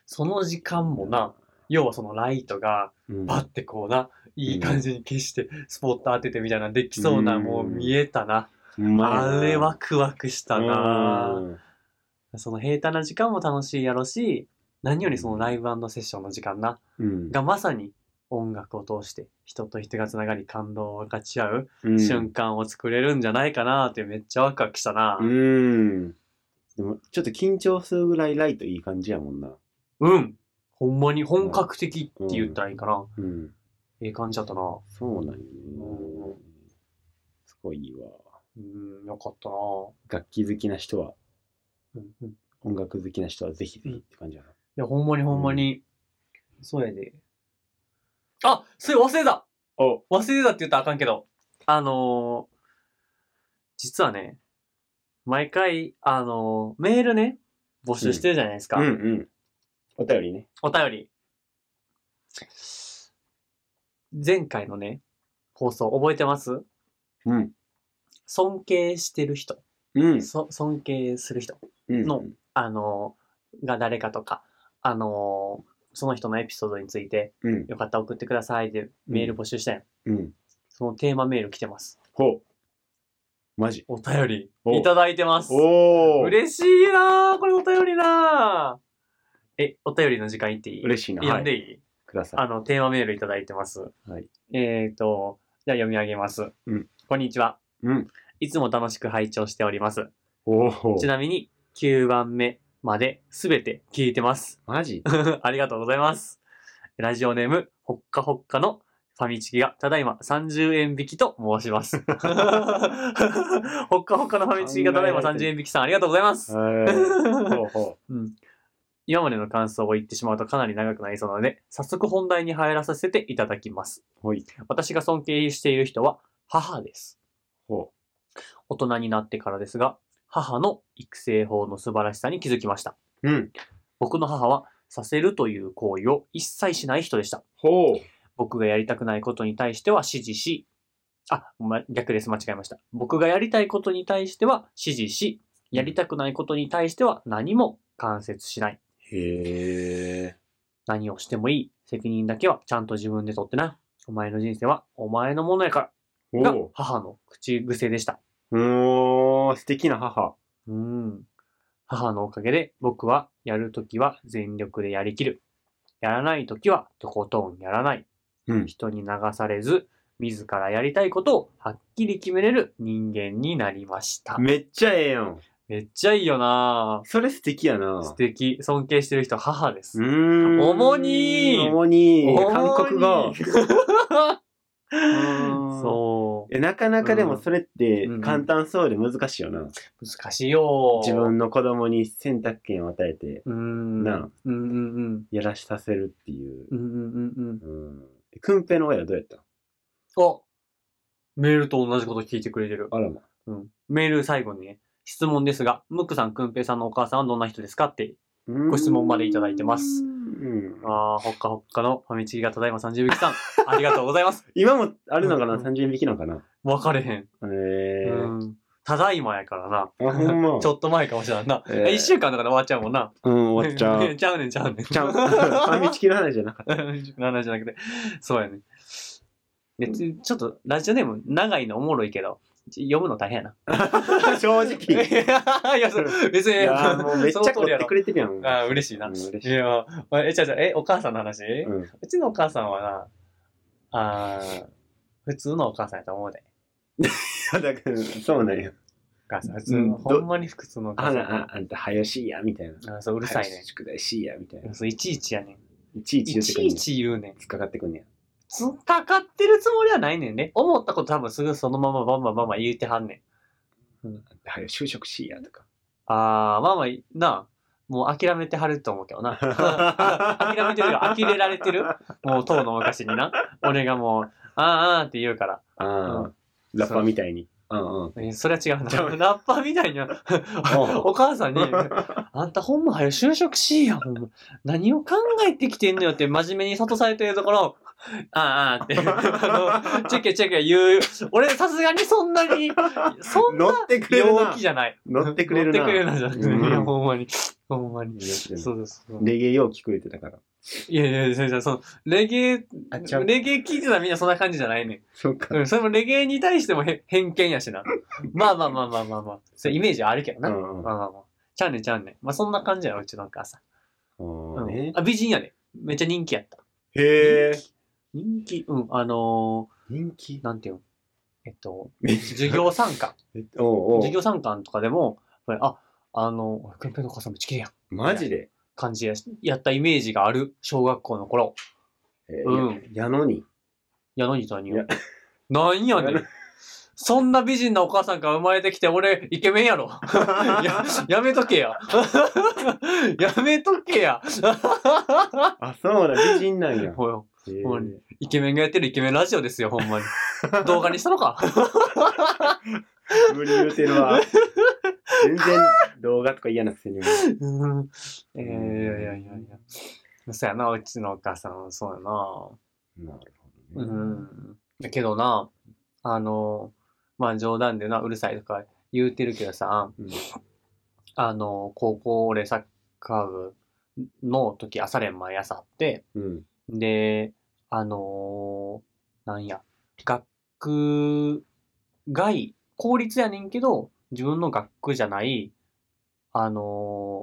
[SPEAKER 2] その時間もな、要はそのライトが、
[SPEAKER 1] うん
[SPEAKER 2] バッてこうな、いい感じに消して、スポット当ててみたいな、できそうな、
[SPEAKER 1] うん
[SPEAKER 2] もう見えたな。
[SPEAKER 1] うん
[SPEAKER 2] あれワクワクしたな。その平坦な時間も楽しいやろし、何よりそのライブセッションの時間な、
[SPEAKER 1] うん
[SPEAKER 2] がまさに音楽を通して人と人がつながり感動を分かち合う
[SPEAKER 1] うん
[SPEAKER 2] 瞬間を作れるんじゃないかなってめっちゃワクワクしたな。
[SPEAKER 1] うんでもちょっと緊張するぐらいライトいい感じやもんな
[SPEAKER 2] うん。ほんまに本格的って言ったらいいかな。
[SPEAKER 1] うん
[SPEAKER 2] ええ感じだったな。
[SPEAKER 1] そうなんよね
[SPEAKER 2] うん
[SPEAKER 1] すごいわ
[SPEAKER 2] うん、よかったな。
[SPEAKER 1] 楽器好きな人は
[SPEAKER 2] うんうん、い
[SPEAKER 1] 音楽好きな人はぜひぜひって感じやな
[SPEAKER 2] や、ほんまにほんまに。そうやで。あそれ忘れた
[SPEAKER 1] お
[SPEAKER 2] 忘れたって言ったらあかんけど。あのー、実はね、毎回、あのー、メールね、募集してるじゃないですか。
[SPEAKER 1] うんうんお便りね
[SPEAKER 2] お便り。前回のね、放送覚えてます
[SPEAKER 1] うん
[SPEAKER 2] 尊敬してる人、
[SPEAKER 1] うん
[SPEAKER 2] そ尊敬する人。
[SPEAKER 1] うん
[SPEAKER 2] のあの、が誰かとか、あの、その人のエピソードについて、
[SPEAKER 1] うん
[SPEAKER 2] よかったら送ってくださいでメール募集したやん。
[SPEAKER 1] うん
[SPEAKER 2] そのテーマメール来てます。
[SPEAKER 1] ほうマジ
[SPEAKER 2] お便り
[SPEAKER 1] お
[SPEAKER 2] いただいてます。
[SPEAKER 1] おお
[SPEAKER 2] 嬉しいなぁこれお便りなぁえ、お便りの時間いっていい
[SPEAKER 1] 嬉しいな
[SPEAKER 2] 読んで
[SPEAKER 1] はい
[SPEAKER 2] い、
[SPEAKER 1] ください
[SPEAKER 2] あの、テーマメールいただいてます。
[SPEAKER 1] はい。
[SPEAKER 2] えーと、じゃあ読み上げます。
[SPEAKER 1] うん
[SPEAKER 2] こんにちは。
[SPEAKER 1] うん
[SPEAKER 2] いつも楽しく拝聴しております。
[SPEAKER 1] おお
[SPEAKER 2] ちなみに、9番目まですべて聞いてます。
[SPEAKER 1] マジ
[SPEAKER 2] ありがとうございます。ラジオネーム、ほっかほっかのファミチキが、ただいま30円引きと申します。ほっかほっかのファミチキが、ただいま30円引きさん、ありがとうございます。
[SPEAKER 1] はいほうほ
[SPEAKER 2] うん今までの感想を言ってしまうとかなり長くなりそうなので、早速本題に入らさせていただきます。
[SPEAKER 1] うほい
[SPEAKER 2] 私が尊敬している人は、母です。
[SPEAKER 1] ほ
[SPEAKER 2] 大人になってからですが、母の育成法の素晴らしさに気づきました。
[SPEAKER 1] ううん
[SPEAKER 2] 僕の母は、させるという行為を一切しない人でした。
[SPEAKER 1] ほう
[SPEAKER 2] 僕がやりたくないことに対しては指示し、あ、ま、逆です。間違えました。僕がやりたいことに対しては指示し、やりたくないことに対しては何も干涉しない。
[SPEAKER 1] へえ
[SPEAKER 2] 何をしてもいい。責任だけはちゃんと自分で取ってな。お前の人生はお前のものやか
[SPEAKER 1] お
[SPEAKER 2] ら。が
[SPEAKER 1] お
[SPEAKER 2] 母の口癖でした。
[SPEAKER 1] おー素敵な母
[SPEAKER 2] うん。母のおかげで僕はやるときは全力でやりきる。やらないときはとことんやらない。
[SPEAKER 1] うん
[SPEAKER 2] 人に流されず、自らやりたいことをはっきり決めれる人間になりました。
[SPEAKER 1] めっちゃええやん
[SPEAKER 2] めっちゃいいよなぁ
[SPEAKER 1] それ素敵やな
[SPEAKER 2] 素敵。尊敬してる人、母です。
[SPEAKER 1] うん
[SPEAKER 2] 主に
[SPEAKER 1] 主に
[SPEAKER 2] 主に
[SPEAKER 1] 韓国語う
[SPEAKER 2] そ
[SPEAKER 1] えなかなかでもそれって
[SPEAKER 2] うん
[SPEAKER 1] 簡単そうで難しいよな、
[SPEAKER 2] う。難しいよ
[SPEAKER 1] 自分の子供に選択権を与えて
[SPEAKER 2] うん。
[SPEAKER 1] なあ
[SPEAKER 2] うんうんうん。
[SPEAKER 1] やらしさせるっていう
[SPEAKER 2] うんうんうんうん。
[SPEAKER 1] うんくんぺいの親はどうやった
[SPEAKER 2] あメールと同じこと聞いてくれてる。
[SPEAKER 1] あらま
[SPEAKER 2] うん。メール最後にね、質問ですが、ムックさん、くんぺいさんのお母さんはどんな人ですかってご質問までいただいてます
[SPEAKER 1] うん
[SPEAKER 2] ああ、ほっかほっかのファミチキがただいま30引きさん、ありがとうございます。
[SPEAKER 1] 今もあるのかな、
[SPEAKER 2] うん
[SPEAKER 1] 30匹なのかな
[SPEAKER 2] 分かれへん。
[SPEAKER 1] え
[SPEAKER 2] うん。ただいまやからな。
[SPEAKER 1] ー、あほんま
[SPEAKER 2] ちょっと前かもしれんな。
[SPEAKER 1] え
[SPEAKER 2] 一、
[SPEAKER 1] ー
[SPEAKER 2] 週間だから終わっちゃうもんな。
[SPEAKER 1] うん終わっちゃう
[SPEAKER 2] ちゃうねん、ちゃうねん。
[SPEAKER 1] ちゃうフ ァミチキの話じゃなかっ
[SPEAKER 2] 7じゃなくて。そうやね。でちちょっと、ラジオネーム長いのおもろいけど、読むの大変やな。
[SPEAKER 1] た正
[SPEAKER 2] い
[SPEAKER 1] 直
[SPEAKER 2] や、いやそう別に。
[SPEAKER 1] いやーも うめっちゃ
[SPEAKER 2] その
[SPEAKER 1] 凝
[SPEAKER 2] 通りや
[SPEAKER 1] って
[SPEAKER 2] ろ
[SPEAKER 1] くれてるやん。
[SPEAKER 2] あー嬉しいな。
[SPEAKER 1] うん
[SPEAKER 2] い
[SPEAKER 1] 嬉しい
[SPEAKER 2] や、え、ちゃうちゃう、え、お母さんの話、う
[SPEAKER 1] うん
[SPEAKER 2] ちのお母さんはな、あー普通のお母さんやと思うで。
[SPEAKER 1] だからそうなんや。
[SPEAKER 2] お母さん、普通
[SPEAKER 1] うん
[SPEAKER 2] の、
[SPEAKER 1] ど
[SPEAKER 2] ほんまに普通のお
[SPEAKER 1] あ
[SPEAKER 2] 母さん。
[SPEAKER 1] ああんた、はよしいや、みたいな。う
[SPEAKER 2] あそう、うるさいね。
[SPEAKER 1] 宿題しいや、みたいな。
[SPEAKER 2] そう、いちいちやねん。
[SPEAKER 1] いちいち
[SPEAKER 2] い
[SPEAKER 1] 言ってく
[SPEAKER 2] ち
[SPEAKER 1] んね
[SPEAKER 2] い
[SPEAKER 1] ん
[SPEAKER 2] ち言うねん。
[SPEAKER 1] 突っかかってくんね
[SPEAKER 2] 突っかかってるつもりはないねんね。思ったこと多分すぐそのままバンバンバンバン言うてはんねん。
[SPEAKER 1] や。はよ、就職しいや、とか。
[SPEAKER 2] あー、まあまあ、なあ、もう諦めてはると思うけどな。諦めてるよ。呆れられてる。もう当の昔にな。俺がもう、あーあーって言うから。
[SPEAKER 1] あ
[SPEAKER 2] う
[SPEAKER 1] あ、ラッパーみたいに。うんうん。
[SPEAKER 2] えそれは違うな。
[SPEAKER 1] ちゃう
[SPEAKER 2] ラッパーみたいには、お 母さんに、あんたほんま早就職しいや、ほんま。何を考えてきてんのよって真面目に諭されてるところ、ああああって、あの、チェケチェケ言う。俺さすがにそんなに、そん
[SPEAKER 1] 乗
[SPEAKER 2] な
[SPEAKER 1] ってくれる
[SPEAKER 2] 陽
[SPEAKER 1] な
[SPEAKER 2] 気。じゃない。
[SPEAKER 1] 乗ってくれるな
[SPEAKER 2] 乗ってくれるなじゃなくて、
[SPEAKER 1] うん
[SPEAKER 2] いや、ほんまに。ほんまに。
[SPEAKER 1] いや
[SPEAKER 2] そうです。そう
[SPEAKER 1] レゲエよう聞くれてたから。
[SPEAKER 2] いやいやいや、その、レゲエ、
[SPEAKER 1] あ、ちゃう。
[SPEAKER 2] レゲエ聞いてたらみんなそんな感じじゃないねん。
[SPEAKER 1] そうか。
[SPEAKER 2] うん、それもレゲエに対してもへ偏見や しな。まあまあまあまあまあまあ。そうイメージはあるけど
[SPEAKER 1] う
[SPEAKER 2] な。ま
[SPEAKER 1] んうん。
[SPEAKER 2] あまあまあ。ちゃうねんちゃうねん。まあそんな感じやろ、うちのお母さん。
[SPEAKER 1] そううんね。
[SPEAKER 2] あ、美人やで。めっちゃ人気やった。
[SPEAKER 1] へえ。
[SPEAKER 2] 人気うん、あの
[SPEAKER 1] 人気
[SPEAKER 2] ー、なんていうのえっと、
[SPEAKER 1] めっ
[SPEAKER 2] 授業参観。
[SPEAKER 1] え おうお
[SPEAKER 2] 授
[SPEAKER 1] う。
[SPEAKER 2] 業参観とかでも、これあ、あの、おいくんぺのお母さんめっちゃ綺麗やん。
[SPEAKER 1] マジで。
[SPEAKER 2] 感じやしやったイメージがある、小学校の頃。
[SPEAKER 1] え
[SPEAKER 2] う
[SPEAKER 1] ーややのに。
[SPEAKER 2] やのにとに
[SPEAKER 1] いや
[SPEAKER 2] なんやね
[SPEAKER 1] やの
[SPEAKER 2] ん。そんな美人なお母さんから生まれてきて、俺、イケメン やろ。や、やめとけや。 やめとけや。
[SPEAKER 1] あ、そうだ、美人なんや。
[SPEAKER 2] ほよ
[SPEAKER 1] へー
[SPEAKER 2] ほんイケメンがやってるイケメンラジオですよ、ほん まに。動画にしたのか
[SPEAKER 1] 無理言うてるわ。全然動画とか嫌なくせに。
[SPEAKER 2] うんえー、いやいやいやいや。そうやな、うちのお母さんはそう
[SPEAKER 1] なるほ
[SPEAKER 2] やな。
[SPEAKER 1] ど
[SPEAKER 2] う
[SPEAKER 1] ね。
[SPEAKER 2] ん。だけどな、あの、まあ冗談でな、うるさいとか言うてるけどさ、
[SPEAKER 1] うん
[SPEAKER 2] あの、高校俺サッカー部の時、朝練毎朝あって、
[SPEAKER 1] うん。
[SPEAKER 2] で、あのーなんや、学外、公立やねんけど、自分の学区じゃない、あのー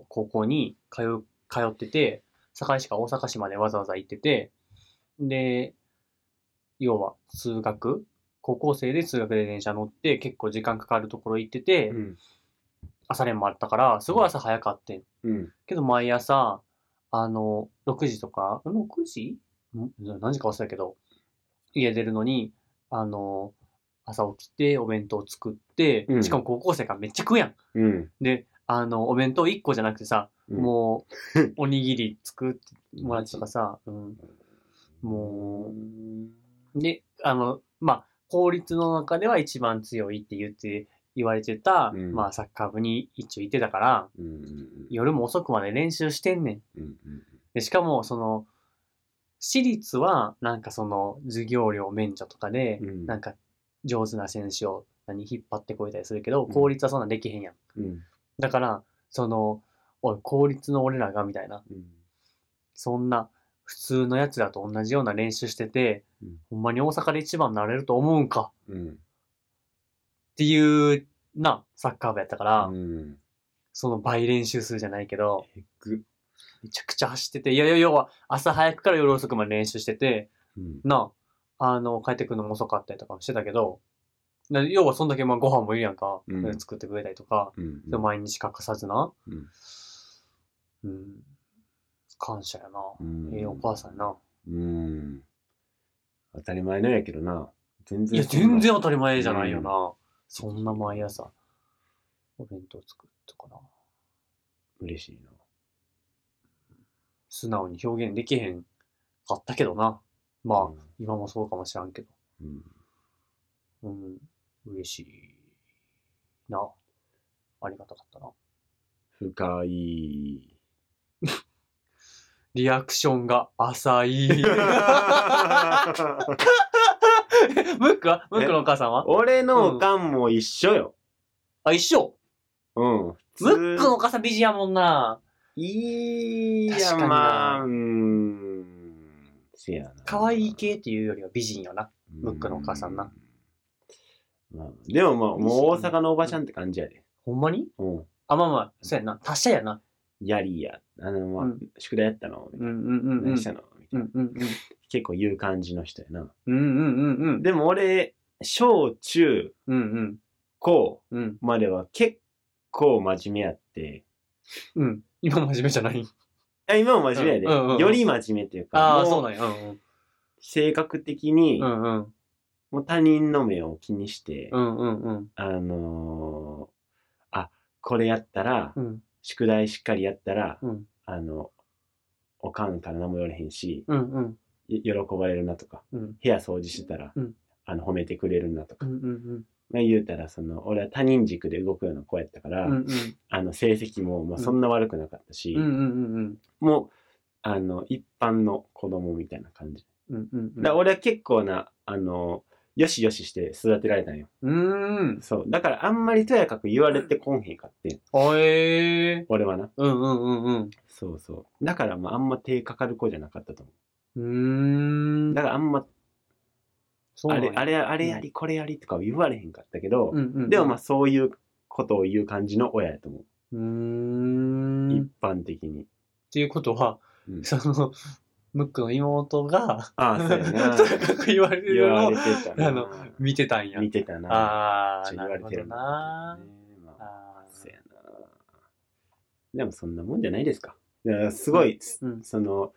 [SPEAKER 2] 高校に通う、通ってて、堺市から大阪市までわざわざ行ってて、で、要は通学高校生で通学で電車乗って、結構時間かかるところ行ってて、
[SPEAKER 1] うん。
[SPEAKER 2] 朝練もあったから、すごい朝早かってん。
[SPEAKER 1] うん。
[SPEAKER 2] けど毎朝、あの、6時とか、6時ん何時か忘れたけど、家出るのに、あの、朝起きてお弁当作って
[SPEAKER 1] う、ん
[SPEAKER 2] しかも高校生からめっちゃ食うやん。
[SPEAKER 1] うん。
[SPEAKER 2] で、あの、お弁当1個じゃなくてさ、
[SPEAKER 1] うん
[SPEAKER 2] もう、 おにぎり作ってもらってとかさ、うん。もで、あの、まあ、公立の中では一番強いって言って、言われてた、
[SPEAKER 1] うん
[SPEAKER 2] まあ、サッカー部に一応いてたから、
[SPEAKER 1] うん。うん。
[SPEAKER 2] 夜も遅くまで練習してんねん。
[SPEAKER 1] うん。
[SPEAKER 2] で、しかも、その、私立は、なんかその、授業料免除とかで、
[SPEAKER 1] うん
[SPEAKER 2] なんか、上手な選手を何引っ張ってこいたりするけど、公立はそんなんできへんやん。
[SPEAKER 1] うん。
[SPEAKER 2] だから、その、おい、公立の俺らが、みたいな、
[SPEAKER 1] うん。
[SPEAKER 2] そんな、普通のやつらと同じような練習してて、
[SPEAKER 1] うん
[SPEAKER 2] ほんまに大阪で一番になれると思うんか、
[SPEAKER 1] うん。
[SPEAKER 2] っていう、な、サッカー部やったから、
[SPEAKER 1] うん。
[SPEAKER 2] その倍練習するじゃないけど、
[SPEAKER 1] えぐ。
[SPEAKER 2] めちゃくちゃ走ってて、いやいやいや、朝早くから夜遅くまで練習してて、
[SPEAKER 1] うん。
[SPEAKER 2] なあ、あの、帰ってくるのも遅かったりとかもしてたけど、な要はそんだけまあご飯もいるやんか、
[SPEAKER 1] うん
[SPEAKER 2] 作ってくれたりとか、
[SPEAKER 1] うん。
[SPEAKER 2] で毎日欠かさずな、
[SPEAKER 1] うん
[SPEAKER 2] うん感謝やな。
[SPEAKER 1] うん
[SPEAKER 2] ええお母さんやな。
[SPEAKER 1] うん。当たり前のやけどな。全
[SPEAKER 2] い
[SPEAKER 1] 然。
[SPEAKER 2] や、全然。当たり前じゃないよな。そんな毎朝、お弁当作ったかな。
[SPEAKER 1] 嬉しいな。
[SPEAKER 2] 素直に表現できへんかったけどな。まあ、今もそうかもしらんけど。
[SPEAKER 1] うん。
[SPEAKER 2] うん、嬉しいな。ありがたかったな。
[SPEAKER 1] 深い。
[SPEAKER 2] リアクションが浅 い。ムックはムックのお母さんは
[SPEAKER 1] 俺のおかんも一緒よ。
[SPEAKER 2] あ、一緒
[SPEAKER 1] うん。
[SPEAKER 2] ムックのお母さん美人やもんな。
[SPEAKER 1] い
[SPEAKER 2] 確か
[SPEAKER 1] や、
[SPEAKER 2] にな
[SPEAKER 1] まあ、うーん。せやな。
[SPEAKER 2] 可愛い系っていうよりは美人よな。
[SPEAKER 1] うん、
[SPEAKER 2] ムックのお母さんな
[SPEAKER 1] まあ。でもまあ、もう大阪のおばちゃんって感じやで。
[SPEAKER 2] ほんまに
[SPEAKER 1] うん。
[SPEAKER 2] あ、まあまあ、そうやな。達者やな。
[SPEAKER 1] やりや。あの、まあ、
[SPEAKER 2] うん
[SPEAKER 1] 宿題やったのみた
[SPEAKER 2] う
[SPEAKER 1] い
[SPEAKER 2] ん
[SPEAKER 1] な。
[SPEAKER 2] うんうんうん。
[SPEAKER 1] 何したのみた
[SPEAKER 2] う
[SPEAKER 1] い
[SPEAKER 2] ん
[SPEAKER 1] な。
[SPEAKER 2] うん
[SPEAKER 1] 結構言う感じの人やな。
[SPEAKER 2] うん。うんうんうんうん。
[SPEAKER 1] でも俺、小中
[SPEAKER 2] うんうん
[SPEAKER 1] 高
[SPEAKER 2] うん。
[SPEAKER 1] までは結構真面目やって、
[SPEAKER 2] うん。今真面目じゃない。
[SPEAKER 1] あ今も真面目やで、
[SPEAKER 2] うんうんうんうん
[SPEAKER 1] より真面目っていうか、
[SPEAKER 2] ああ、
[SPEAKER 1] もう
[SPEAKER 2] そうなんや。うん
[SPEAKER 1] 性格的に、
[SPEAKER 2] うん。うんうん。
[SPEAKER 1] もう他人の目を気にして、
[SPEAKER 2] うんうんうん。
[SPEAKER 1] あのーあ、これやったら
[SPEAKER 2] うん。
[SPEAKER 1] 宿題しっかりやったら、
[SPEAKER 2] うん
[SPEAKER 1] あの、おかんから何も言われへんし、
[SPEAKER 2] うんうん
[SPEAKER 1] い喜ばれるなとか、
[SPEAKER 2] うん
[SPEAKER 1] 部屋掃除してたら、
[SPEAKER 2] うん
[SPEAKER 1] あの褒めてくれるなとか、
[SPEAKER 2] うんうん
[SPEAKER 1] まあ、言うたらその俺は他人軸で動くような子やったから、
[SPEAKER 2] うん
[SPEAKER 1] あの成績もまあそんな悪くなかったし、
[SPEAKER 2] うんうんうん
[SPEAKER 1] もうあの一般の子供みたいな感じ、
[SPEAKER 2] うんうんうん
[SPEAKER 1] だから俺は結構なあのよしよしして育てられたんよ
[SPEAKER 2] うーん
[SPEAKER 1] そうだからあんまりとやかく言われてこんへんかって
[SPEAKER 2] あえー
[SPEAKER 1] 俺はな
[SPEAKER 2] うんうんうんうん
[SPEAKER 1] そうそうだからまああんま手かかる子じゃなかったと思
[SPEAKER 2] うー
[SPEAKER 1] うんだからあんま
[SPEAKER 2] そう
[SPEAKER 1] あ
[SPEAKER 2] なん
[SPEAKER 1] れ
[SPEAKER 2] や
[SPEAKER 1] あれあれやりこれやりとかは言われへんかったけど、
[SPEAKER 2] うんうんうん
[SPEAKER 1] でもまあそういうことを言う感じの親やと思う、
[SPEAKER 2] うーんっ
[SPEAKER 1] 一般的に、
[SPEAKER 2] ていうことは
[SPEAKER 1] うん
[SPEAKER 2] そのムックの妹が
[SPEAKER 1] ああそうやな
[SPEAKER 2] とにかく言われて
[SPEAKER 1] 言
[SPEAKER 2] るの
[SPEAKER 1] わ
[SPEAKER 2] を
[SPEAKER 1] れてたな
[SPEAKER 2] あの見てたんや
[SPEAKER 1] 見てたな
[SPEAKER 2] ああ
[SPEAKER 1] ちょ
[SPEAKER 2] な
[SPEAKER 1] 言わ
[SPEAKER 2] る
[SPEAKER 1] れ
[SPEAKER 2] ほ
[SPEAKER 1] て
[SPEAKER 2] ど
[SPEAKER 1] る
[SPEAKER 2] な
[SPEAKER 1] なまあ
[SPEAKER 2] あ
[SPEAKER 1] そうやなでもそんなもんじゃないですかいやすごい、
[SPEAKER 2] ーうん
[SPEAKER 1] その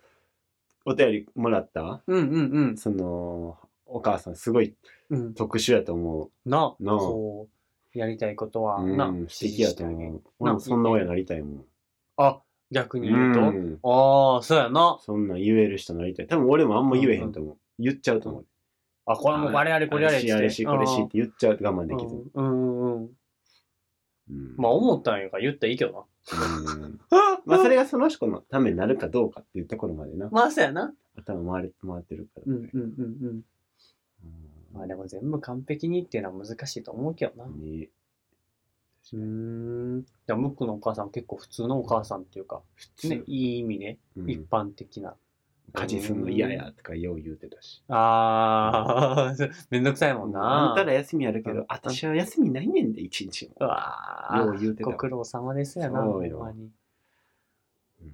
[SPEAKER 1] お便りもらった
[SPEAKER 2] うんうんうん
[SPEAKER 1] そのお母さんすごい
[SPEAKER 2] うん
[SPEAKER 1] 特殊やと思
[SPEAKER 2] な
[SPEAKER 1] なあ
[SPEAKER 2] そうやりたいことは
[SPEAKER 1] う、う
[SPEAKER 2] な、
[SPEAKER 1] ん、素敵やと
[SPEAKER 2] 指示してあげ
[SPEAKER 1] 思
[SPEAKER 2] る
[SPEAKER 1] う俺もそんな親になりたいもん
[SPEAKER 2] あ逆に言うと、
[SPEAKER 1] うん
[SPEAKER 2] ああそうやな
[SPEAKER 1] そんなん言える人になりたい多分俺もあんま言えへんと思う、言っちゃうと思う
[SPEAKER 2] あこれもあれあれこれあれ
[SPEAKER 1] あしあれしこれしって言っちゃうと我慢で
[SPEAKER 2] う
[SPEAKER 1] きず、
[SPEAKER 2] んうんうん
[SPEAKER 1] うん
[SPEAKER 2] まあ思ったんやから言ったらいいけどな
[SPEAKER 1] うん まあそれがその人のためになるかどうかっていうところまでな
[SPEAKER 2] まあそうやな
[SPEAKER 1] 頭回れ回ってるから、
[SPEAKER 2] うんうんうんうん
[SPEAKER 1] うん
[SPEAKER 2] まあでも全部完璧にっていうのは難しいと思うけどなう
[SPEAKER 1] ね
[SPEAKER 2] ーんでもムックのお母さん結構普通のお母さんっていうか、
[SPEAKER 1] 普通、
[SPEAKER 2] ね、いい意味で、
[SPEAKER 1] うん
[SPEAKER 2] 一般的な
[SPEAKER 1] 家事すんの嫌やとかよう言うてたし、
[SPEAKER 2] ああ めんどくさいもんな
[SPEAKER 1] あんたら休みやるけ
[SPEAKER 2] う
[SPEAKER 1] ど
[SPEAKER 2] ん
[SPEAKER 1] 私は休みないねんで一日
[SPEAKER 2] う
[SPEAKER 1] も
[SPEAKER 2] わー
[SPEAKER 1] よう言うてた
[SPEAKER 2] ご苦労様ですやな、ほ
[SPEAKER 1] そうんよ
[SPEAKER 2] まに。
[SPEAKER 1] うん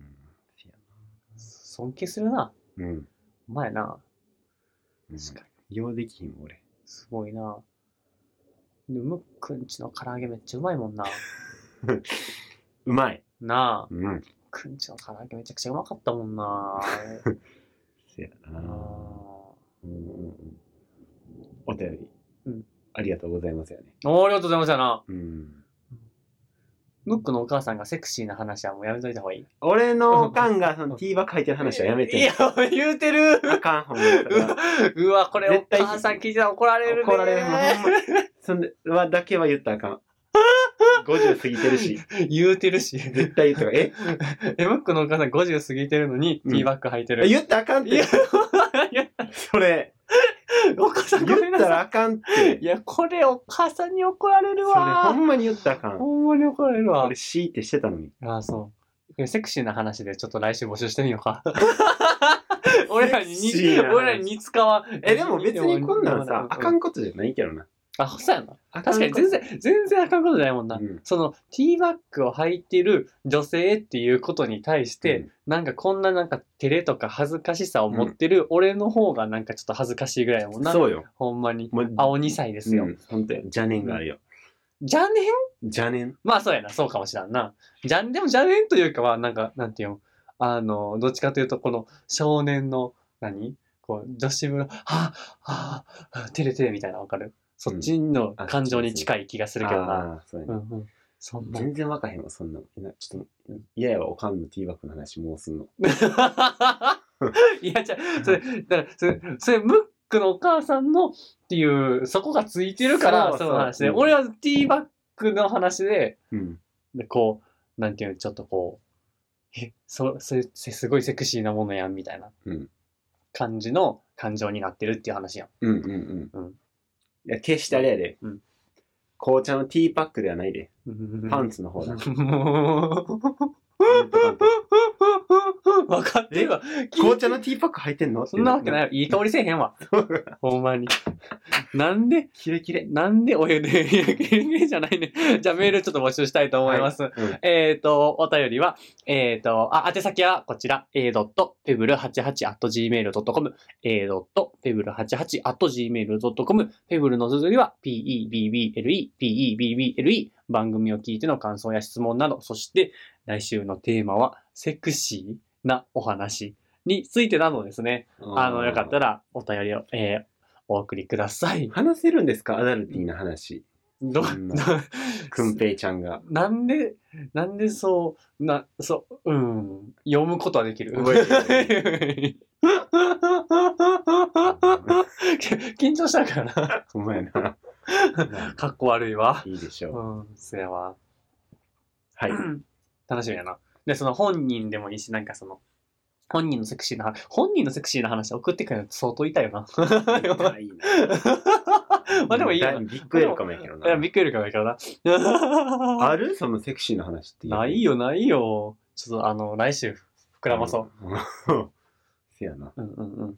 [SPEAKER 1] せや
[SPEAKER 2] 尊敬するな。
[SPEAKER 1] なうん
[SPEAKER 2] お前な。
[SPEAKER 1] うん
[SPEAKER 2] 確かに。
[SPEAKER 1] ようできひん俺
[SPEAKER 2] すごいな。でむっくんちの唐揚げめっちゃうまいもんな。
[SPEAKER 1] うまい
[SPEAKER 2] なあ。む
[SPEAKER 1] う
[SPEAKER 2] っ
[SPEAKER 1] ん
[SPEAKER 2] くんちの唐揚げめちゃくちゃうまかったもんな。
[SPEAKER 1] せやな
[SPEAKER 2] あー
[SPEAKER 1] うんうんうんお便り、
[SPEAKER 2] うん
[SPEAKER 1] ありがとうございますよね
[SPEAKER 2] おーありがとうございましたな。
[SPEAKER 1] うん
[SPEAKER 2] ムックのお母さんがセクシーな話はもうやめといた方がいい。
[SPEAKER 1] 俺のおかんがその T バ書いてる話はやめ
[SPEAKER 2] い
[SPEAKER 1] て
[SPEAKER 2] や、言うてる。
[SPEAKER 1] あかんほんまにそれは
[SPEAKER 2] うわ、これお
[SPEAKER 1] 絶対
[SPEAKER 2] 母さん聞いてたら怒られるね。
[SPEAKER 1] 怒られるのほんまそれはだけは言ったらあか ん50過ぎてるし
[SPEAKER 2] 言うてるし。
[SPEAKER 1] 絶対言ったらえ
[SPEAKER 2] え、ムックのお母さん50過ぎてるのに、
[SPEAKER 1] うん
[SPEAKER 2] ティーバッグ履いてる。
[SPEAKER 1] 言ったらあかんっ
[SPEAKER 2] いや
[SPEAKER 1] て、それ
[SPEAKER 2] お母さんご
[SPEAKER 1] 言
[SPEAKER 2] めん
[SPEAKER 1] っ
[SPEAKER 2] な
[SPEAKER 1] たら
[SPEAKER 2] さ
[SPEAKER 1] あかんって
[SPEAKER 2] い。いや、これお母さんに怒られる
[SPEAKER 1] それほ
[SPEAKER 2] わ。
[SPEAKER 1] んまに言ったらあかん
[SPEAKER 2] ほんまに怒られるわ
[SPEAKER 1] 俺。強いてしてたのに
[SPEAKER 2] ああ、そう。これセクシーな話でちょっと来週募集してみよう か。俺らに
[SPEAKER 1] セクシーな話
[SPEAKER 2] 俺らに似つかわ。
[SPEAKER 1] えでも別にこんなんさあか
[SPEAKER 2] ん。
[SPEAKER 1] んことじゃないけどな
[SPEAKER 2] あ、そうやな。
[SPEAKER 1] 確
[SPEAKER 2] 確かに全然、全然あかんことじゃないもんな。
[SPEAKER 1] うん
[SPEAKER 2] その、ティーバッグを履いてる女性っていうことに対して、
[SPEAKER 1] うん
[SPEAKER 2] なんかこんななんか照れとか恥ずかしさを持ってる俺の方がなんかちょっと恥ずかしいぐらいやもんな。
[SPEAKER 1] そうよ
[SPEAKER 2] ほんまに。
[SPEAKER 1] もう
[SPEAKER 2] 青2歳ですよ。
[SPEAKER 1] うん本当よ邪念があるよ
[SPEAKER 2] じゃねん
[SPEAKER 1] 邪念
[SPEAKER 2] まあそうやな、そうかもしらんな。じゃん、でもじゃねんというかは、なんか、なんていうのあの、どっちかというと、この少年の、何こう、女子部の、はあ、はあ、はあてれてれみたいなわかるそっちの
[SPEAKER 1] あ
[SPEAKER 2] 感情に近い気がするけどな。
[SPEAKER 1] あーそうや
[SPEAKER 2] う
[SPEAKER 1] ね
[SPEAKER 2] んうん。そんな。
[SPEAKER 1] 全然わかへんわそんなのなちょっと嫌やわおかんのティーバッグの話もうすんの
[SPEAKER 2] いや、じゃあそれ、だから、それ、それ、ムックのお母さんのっていう、そこがついてるから、
[SPEAKER 1] そう
[SPEAKER 2] そ
[SPEAKER 1] そう
[SPEAKER 2] の話で。
[SPEAKER 1] うん
[SPEAKER 2] 俺はティーバックの話で、
[SPEAKER 1] うん
[SPEAKER 2] でこう、なんていうの、ちょっとこう、え、そ、それ、せすごいセクシーなものやん、みたいな
[SPEAKER 1] うん
[SPEAKER 2] 感じの感情になってるっていう話やん。
[SPEAKER 1] うんうんう
[SPEAKER 2] うんん
[SPEAKER 1] いや決してあれやで
[SPEAKER 2] うん
[SPEAKER 1] 紅茶のティーパックではないでパンツの方だ
[SPEAKER 2] わかってるわ。
[SPEAKER 1] 紅茶のティーパック履いてんの
[SPEAKER 2] そんなわけない
[SPEAKER 1] い
[SPEAKER 2] よ。いい香りせえへんわ。ほんまに。なんで、
[SPEAKER 1] キレキレ
[SPEAKER 2] なんでお湯で、いや、ゲゲじゃないね。 じゃあメールちょっと募集したいと思います。
[SPEAKER 1] うん
[SPEAKER 2] えっ、と、お便りは、えっ、と、あ、宛先はこちら、a.pebble88.gmail.com、a.pebble88.gmail.com、pebble の綴りは p-e-b-b-l-e、p-e-b-b-l-e、番組を聞いての感想や質問など、そして来週のテーマは、セクシーなお話についてなどですね。あの、よかったらお便りを、えーお送りください。
[SPEAKER 1] 話せるんですかアダルティーな話。う
[SPEAKER 2] ど、
[SPEAKER 1] んくんぺいちゃん が。
[SPEAKER 2] なんで、なんでそう、な、そう、うん、読むことはできる。
[SPEAKER 1] 覚え
[SPEAKER 2] 緊張したからな。
[SPEAKER 1] ほんまやな。
[SPEAKER 2] かっこ悪いわ。
[SPEAKER 1] いいでしょ
[SPEAKER 2] う
[SPEAKER 1] う。
[SPEAKER 2] ん、そやわ。
[SPEAKER 1] はい。
[SPEAKER 2] 楽しみやな。で、その本人でもいいし、なんかその、本人のセクシーな話、本人のセクシーな話送ってくるの相当痛いよ な。
[SPEAKER 1] いいな。
[SPEAKER 2] まあでもいいよな
[SPEAKER 1] だビッグエルカムやけど
[SPEAKER 2] いや、
[SPEAKER 1] な。
[SPEAKER 2] びっくりかもやけどな。
[SPEAKER 1] あるそのセクシーな話って。
[SPEAKER 2] ない
[SPEAKER 1] よ。
[SPEAKER 2] よ、ないよ。ちょっとあの、来週、膨らまそう。
[SPEAKER 1] うん。 せやな。
[SPEAKER 2] うんうんうん。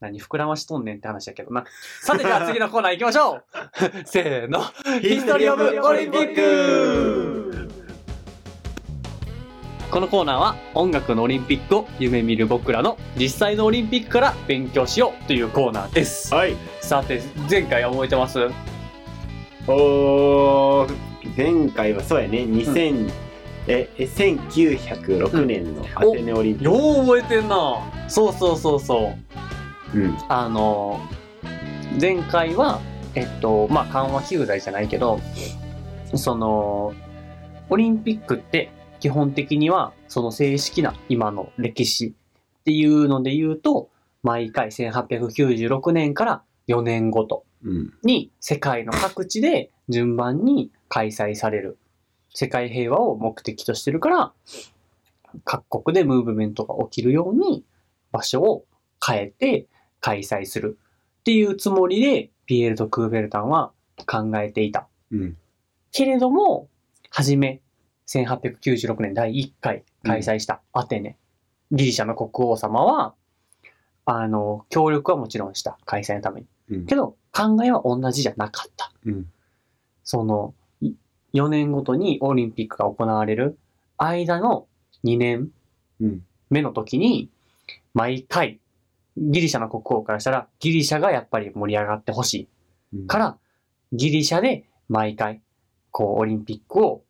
[SPEAKER 2] 何膨らましとんねんって話だけどな。さてじゃあ次のコーナー行きましょう せーの。ヒストリーオブオリンピックこのコーナーは音楽のオリンピックを夢見る僕らの実際のオリンピックから勉強しようというコーナーです。
[SPEAKER 1] はい。
[SPEAKER 2] さて、前回覚えてます
[SPEAKER 1] おー、前回はそうやね、2000、え、え1906年のアテネオリンピッ
[SPEAKER 2] よう覚えてんなそうそうそうそう。
[SPEAKER 1] ク。うん。
[SPEAKER 2] あの前回はえっとまあ緩和球剤じゃないけどそのオリンピックって基本的にはその正式な今の歴史っていうので言うと毎回1896年から4年ごと
[SPEAKER 1] うん。
[SPEAKER 2] に世界の各地で順番に開催される世界平和を目的としてるから各国でムーブメントが起きるように場所を変えて開催するっていうつもりでピエールとクーベルタンは考えていた
[SPEAKER 1] うん。
[SPEAKER 2] けれども初め1896年第1回開催したアテネ、ギリシャの国王様はあの協力はもちろんした開催のために
[SPEAKER 1] うん
[SPEAKER 2] けど考えは同じじゃなかった。
[SPEAKER 1] うん。
[SPEAKER 2] そのい4年ごとにオリンピックが行われる間の2年
[SPEAKER 1] うん。
[SPEAKER 2] 目の時に毎回ギリシャの国王からしたらギリシャがやっぱり盛り上がってほし
[SPEAKER 1] うん
[SPEAKER 2] いか、らギリシャで毎回こうオリンピックを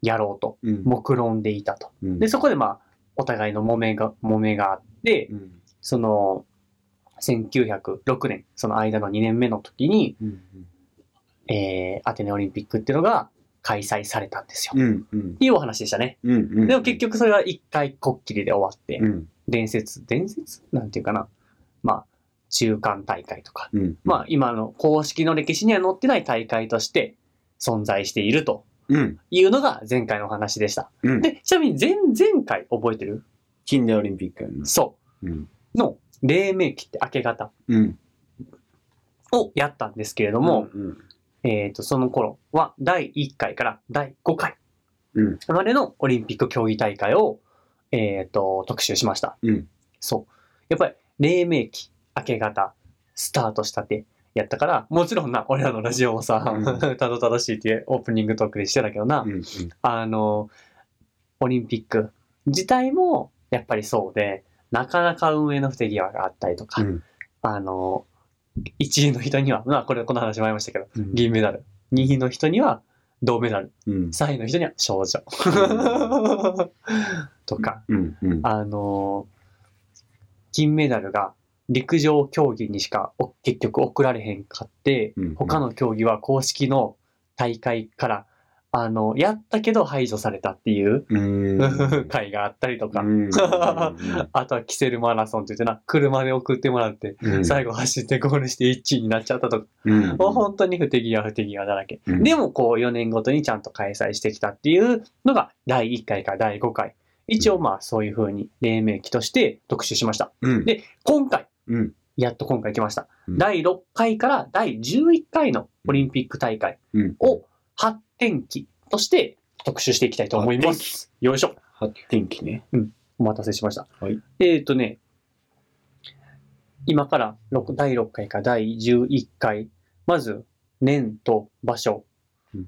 [SPEAKER 2] やろうと
[SPEAKER 1] うん。
[SPEAKER 2] 目論んでいたと。
[SPEAKER 1] うん、
[SPEAKER 2] でそこでまあお互いの揉めが揉めがあって、
[SPEAKER 1] うん。
[SPEAKER 2] その1906年その間の2年目の時に
[SPEAKER 1] うん。
[SPEAKER 2] えーアテネオリンピックっていうのが開催されたんですよ。
[SPEAKER 1] う
[SPEAKER 2] っ
[SPEAKER 1] ん。うん。
[SPEAKER 2] ていうお話でしたね。
[SPEAKER 1] うん。うん。
[SPEAKER 2] でも結、局それは一回こっきりで終わって、
[SPEAKER 1] うん。
[SPEAKER 2] 伝説、伝説なんていうかな。まあ、中間大会とか、
[SPEAKER 1] うん。
[SPEAKER 2] まあ今の公式の歴史には載ってない大会として存在していると
[SPEAKER 1] うん。
[SPEAKER 2] いうのが前回のお話でした。
[SPEAKER 1] うん。
[SPEAKER 2] で、ちなみに前々回覚えてる
[SPEAKER 1] 近代オリンピックやんな。
[SPEAKER 2] そ
[SPEAKER 1] うん。
[SPEAKER 2] う。の黎明期って明け方
[SPEAKER 1] うん。
[SPEAKER 2] をやったんですけれども、
[SPEAKER 1] うん。
[SPEAKER 2] えっ、と、その頃は第1回から第5回
[SPEAKER 1] うん。
[SPEAKER 2] までのオリンピック競技大会を、えっ、と、特集しました。
[SPEAKER 1] うん。
[SPEAKER 2] そう。やっぱり、黎明期、明け方、スタートしたて、やったから、もちろんな、俺らのラジオもさ、
[SPEAKER 1] うん
[SPEAKER 2] たどたどしいっていうオープニングトークでしてたけどな、
[SPEAKER 1] うん。
[SPEAKER 2] あの、オリンピック自体も、やっぱりそうで、なかなか運営の不手際があったりとか、
[SPEAKER 1] うん。
[SPEAKER 2] あの、1位の人には、まあ、これ、この話前ましたけど、
[SPEAKER 1] うん。
[SPEAKER 2] 銀メダル。2位の人には、銅メダル。
[SPEAKER 1] うん。
[SPEAKER 2] 3位の人には少女 とか、
[SPEAKER 1] うん。うん。
[SPEAKER 2] あの金メダルが陸上競技にしかお結局送られへんかって、
[SPEAKER 1] うん
[SPEAKER 2] 他の競技は公式の大会から、あの、やったけど排除されたっていう
[SPEAKER 1] うん
[SPEAKER 2] 回があったりとか、
[SPEAKER 1] うん
[SPEAKER 2] あとはキセルマラソンって言ってな、車で送ってもらって、
[SPEAKER 1] うん
[SPEAKER 2] 最後走ってゴールして1位になっちゃったとか、
[SPEAKER 1] うん
[SPEAKER 2] もう本当に不手際不手際だらけ。
[SPEAKER 1] うん
[SPEAKER 2] でもこう4年ごとにちゃんと開催してきたっていうのが第1回から第5回。一応まあそういう風に黎明期として特集しました。
[SPEAKER 1] うん
[SPEAKER 2] で今回、
[SPEAKER 1] うん
[SPEAKER 2] やっと今回来ました。
[SPEAKER 1] うん
[SPEAKER 2] 第6回から第11回のオリンピック大会
[SPEAKER 1] うん
[SPEAKER 2] を発展期として特集していきたいと思います。よいしょ。
[SPEAKER 1] 発展期ね。
[SPEAKER 2] お待たせしました。
[SPEAKER 1] はい
[SPEAKER 2] えっ、とね、今から六第6回か第11回、まず年と場所、
[SPEAKER 1] うん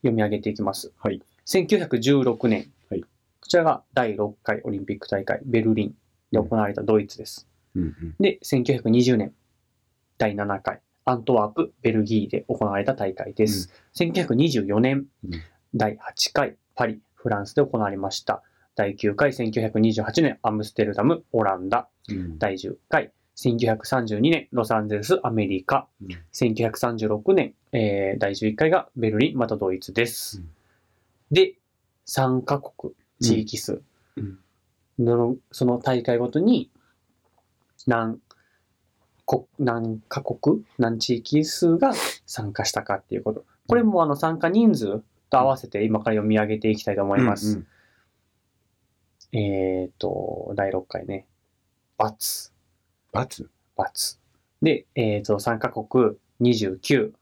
[SPEAKER 2] 読み上げていきます。
[SPEAKER 1] はい
[SPEAKER 2] 1916年、
[SPEAKER 1] はい
[SPEAKER 2] こちらが第6回オリンピック大会、ベルリンで行われたドイツです。
[SPEAKER 1] うん
[SPEAKER 2] で、1920年、第7回、アントワープ、ベルギーで行われた大会です。1924年、
[SPEAKER 1] うん
[SPEAKER 2] 第8回、パリ、フランスで行われました。第9回、1928年、アムステルダム、オランダ。
[SPEAKER 1] うん
[SPEAKER 2] 第10回、 1932年、ロサンゼルス、アメリカ。
[SPEAKER 1] うん
[SPEAKER 2] 1936年、えー第11回がベルリン、またドイツです。
[SPEAKER 1] うん
[SPEAKER 2] で、3カ国、地域数。
[SPEAKER 1] うん
[SPEAKER 2] そのその大会ごとに、何、こ何カ国、何地域数が参加したかっていうこと。これもあの参加人数と合わせて今から読み上げていきたいと思います。
[SPEAKER 1] うんうん
[SPEAKER 2] えっ、と、第6回ね。バツ、
[SPEAKER 1] バツ
[SPEAKER 2] バツ。で、えっ、と、参加国29。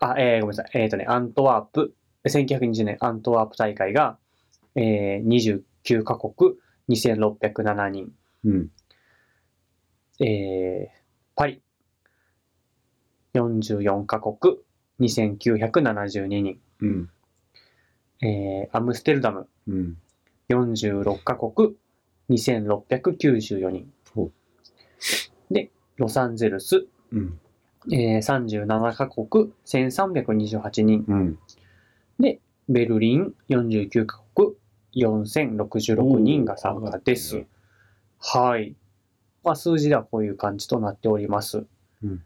[SPEAKER 2] あ、えーごめんなさい。えっ、とね、アントワープ、1920年アントワープ大会が、えー、29カ国2607人。
[SPEAKER 1] うん。
[SPEAKER 2] えーパリ、44カ国2972人。
[SPEAKER 1] うん。
[SPEAKER 2] えーアムステルダム、
[SPEAKER 1] うん。
[SPEAKER 2] 46カ国2694人
[SPEAKER 1] ほ
[SPEAKER 2] でロサンゼルス、
[SPEAKER 1] うん。
[SPEAKER 2] えー、37カ国1328人
[SPEAKER 1] うん。
[SPEAKER 2] ベルリン49カ国4066人が参加です、
[SPEAKER 1] うん
[SPEAKER 2] はい、まあ、数字ではこういう感じとなっております、
[SPEAKER 1] うん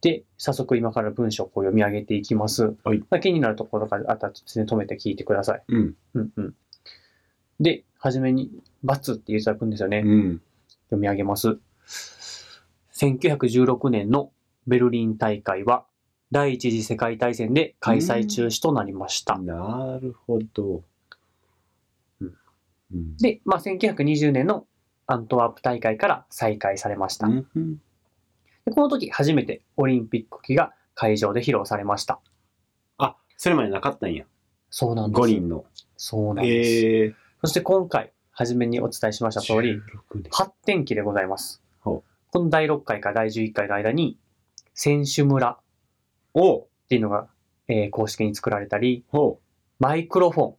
[SPEAKER 2] で早速今から文章をこう読み上げていきます、
[SPEAKER 1] はい
[SPEAKER 2] まあ、気になるところがあったらですね止めて聞いてください
[SPEAKER 1] うん。
[SPEAKER 2] うんうん。で、はじめに、バツっていただくんですよね。
[SPEAKER 1] うん。
[SPEAKER 2] 読み上げます。1916年のベルリン大会は、第一次世界大戦で開催中止となりました。
[SPEAKER 1] なるほど。
[SPEAKER 2] うん
[SPEAKER 1] うん。
[SPEAKER 2] で、まあ、1920年のアントワープ大会から再開されました。
[SPEAKER 1] うん。
[SPEAKER 2] でこの時、初めてオリンピック旗が会場で披露されました。
[SPEAKER 1] あ、それまでなかったんや。
[SPEAKER 2] そうなんです。
[SPEAKER 1] 五人の。
[SPEAKER 2] そうなんです。
[SPEAKER 1] ええ。
[SPEAKER 2] そして今回、初めにお伝えしました通り、
[SPEAKER 1] 16年
[SPEAKER 2] 発展期でございます。
[SPEAKER 1] ほ
[SPEAKER 2] この第6回から第11回の間に、選手村っ
[SPEAKER 1] おう
[SPEAKER 2] ていうのが、えー公式に作られたり、
[SPEAKER 1] ほう。
[SPEAKER 2] マイクロフォン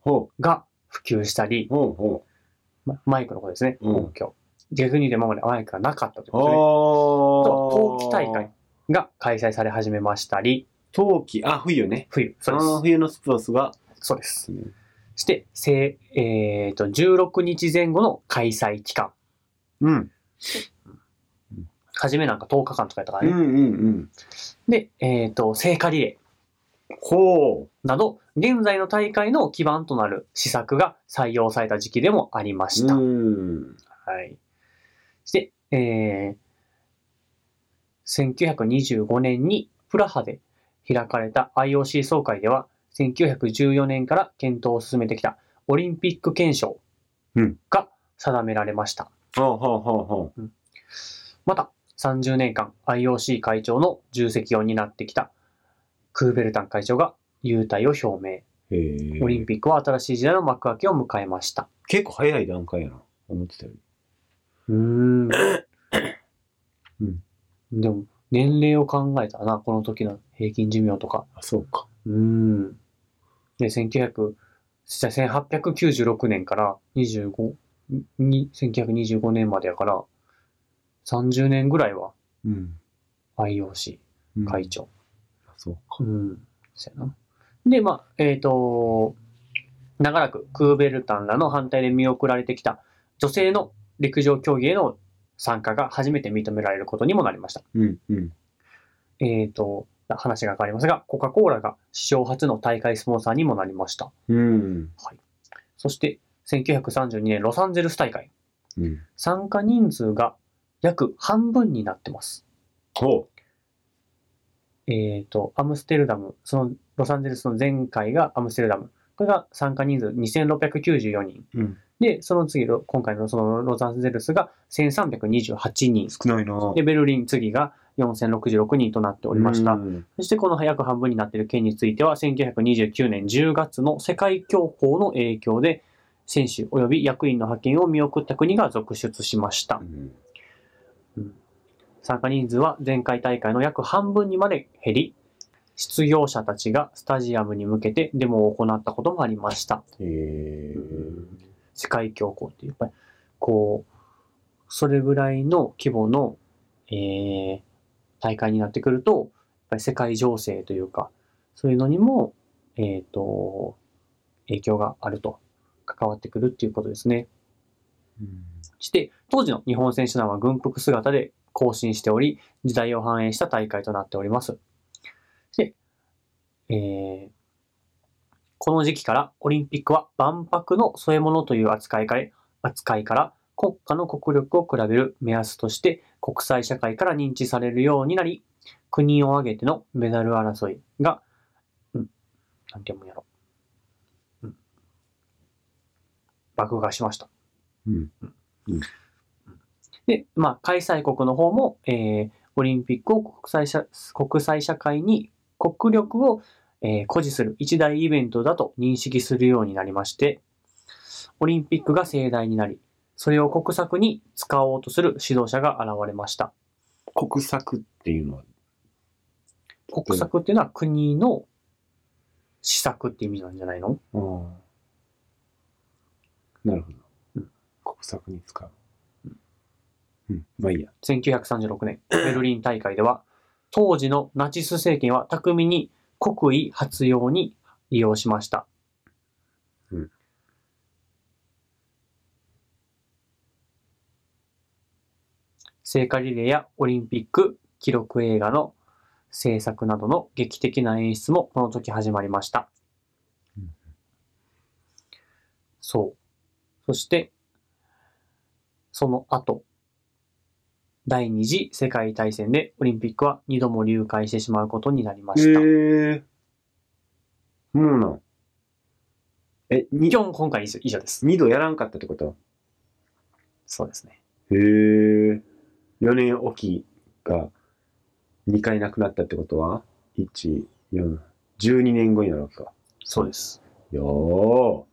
[SPEAKER 1] ほ
[SPEAKER 2] が普及したり
[SPEAKER 1] う。、ほう。ほ
[SPEAKER 2] まマイクのことですね、
[SPEAKER 1] うん
[SPEAKER 2] 音響。逆に言うと今までマイクがなかったという
[SPEAKER 1] う。
[SPEAKER 2] ことですね。あとは
[SPEAKER 1] お
[SPEAKER 2] 冬季大会。が開催され始めましたり、
[SPEAKER 1] 冬季、あ、冬ね。
[SPEAKER 2] 冬、
[SPEAKER 1] あ
[SPEAKER 2] そうで
[SPEAKER 1] の
[SPEAKER 2] す。
[SPEAKER 1] 冬のスポーツが。
[SPEAKER 2] そうです。して、せえー、と16日前後の開催期間。
[SPEAKER 1] うん。
[SPEAKER 2] 初めなんか10日間とかやったから
[SPEAKER 1] うん
[SPEAKER 2] ね。
[SPEAKER 1] うんうん。
[SPEAKER 2] で、えっ、と、聖火リレー。
[SPEAKER 1] ほう。
[SPEAKER 2] など、現在の大会の基盤となる施策が採用された時期でもありました。
[SPEAKER 1] うん。
[SPEAKER 2] はい。そして、えー、1925年にプラハで開かれた IOC 総会では、1914年から検討を進めてきたオリンピック憲章
[SPEAKER 1] うん
[SPEAKER 2] が定められました。
[SPEAKER 1] ほうほうほうほ
[SPEAKER 2] また、30年間 IOC 会長の重責を担ってきたクーベルタン会長が優待を表明。
[SPEAKER 1] う。へえ。
[SPEAKER 2] オリンピックは新しい時代の幕開けを迎えました。
[SPEAKER 1] 結構早い段階やな。思ってたより。
[SPEAKER 2] うーん。
[SPEAKER 1] ん
[SPEAKER 2] でも、年齢を考えたらな、この時の平均寿命とか。
[SPEAKER 1] あ、そうか。
[SPEAKER 2] うーん。で、1900、じゃあ1896年から25、に1925年までやから、30年ぐらいは
[SPEAKER 1] うん。
[SPEAKER 2] IOC
[SPEAKER 1] うん
[SPEAKER 2] 会。長。
[SPEAKER 1] あそうか。
[SPEAKER 2] うん。そうやな。で、まあ、えっ、と、長らくクーベルタンらの反対で見送られてきた女性の陸上競技への参加が初めて認められることにもなりました。
[SPEAKER 1] うんうん。
[SPEAKER 2] えっ、と、話が変わりますが、コカ・コーラが史上初の大会スポンサーにもなりました。
[SPEAKER 1] うん。
[SPEAKER 2] そして、1932年ロサンゼルス大会、
[SPEAKER 1] うん。
[SPEAKER 2] 参加人数が約半分になってます。
[SPEAKER 1] ほ
[SPEAKER 2] えっ、と、アムステルダム、そのロサンゼルスの前回がアムステルダム。これが参加人数2694人。
[SPEAKER 1] う。うん。
[SPEAKER 2] で、その次、ロ今回のそのロサンゼルスが1328人。
[SPEAKER 1] 少ないな
[SPEAKER 2] で、ベルリン次が4066人となっておりまし
[SPEAKER 1] う
[SPEAKER 2] た。
[SPEAKER 1] ん
[SPEAKER 2] そして、この約半分になっている件については、1929年10月の世界恐慌の影響で、選手及び役員の派遣を見送った国が続出しました
[SPEAKER 1] う。ん
[SPEAKER 2] 参加人数は前回大会の約半分にまで減り、失業者たちがスタジアムに向けてデモを行ったこともありました。
[SPEAKER 1] へえ。
[SPEAKER 2] 世界恐慌っていう、やっぱり、こう、それぐらいの規模の、えー大会になってくると、やっぱり世界情勢というか、そういうのにも、えっ、と、影響があると、関わってくるっていうことですね。
[SPEAKER 1] うん
[SPEAKER 2] して、当時の日本選手団は軍服姿で行進しており、時代を反映した大会となっております。で、えーこの時期からオリンピックは万博の添え物という扱いから、扱いから国家の国力を比べる目安として国際社会から認知されるようになり、国を挙げてのメダル争いが、うん、なんて読むんやろ。うん。爆破しました。
[SPEAKER 1] うん。
[SPEAKER 2] で、まあ、開催国の方も、えーオリンピックを国際社国際社会に国力を、えー誇示する一大イベントだと認識するようになりまして、オリンピックが盛大になり、それを国策に使おうとする指導者が現れました。
[SPEAKER 1] 国策っていうのは、
[SPEAKER 2] 国策っていうのは国の施策って意味なんじゃないの
[SPEAKER 1] ああ。なるほど
[SPEAKER 2] う。
[SPEAKER 1] 国策に使う。うん。まあいいや。
[SPEAKER 2] 1936年、ベルリン大会では、当時のナチス政権は巧みに国威発揚に利用しました。
[SPEAKER 1] うん
[SPEAKER 2] 聖火リレーやオリンピック、記録映画の制作などの劇的な演出もこの時始まりました。
[SPEAKER 1] うん
[SPEAKER 2] そう。そして、その後、第二次世界大戦でオリンピックは2度も流会してしまうことになりました。
[SPEAKER 1] えー。もうなん。え、に
[SPEAKER 2] 今日も今回以上以上です。
[SPEAKER 1] 二度やらんかったってこと
[SPEAKER 2] そうですね。
[SPEAKER 1] へえ。4年おきが2回なくなったってことは ?1、4、12年後になるわけか。
[SPEAKER 2] そうです。
[SPEAKER 1] よー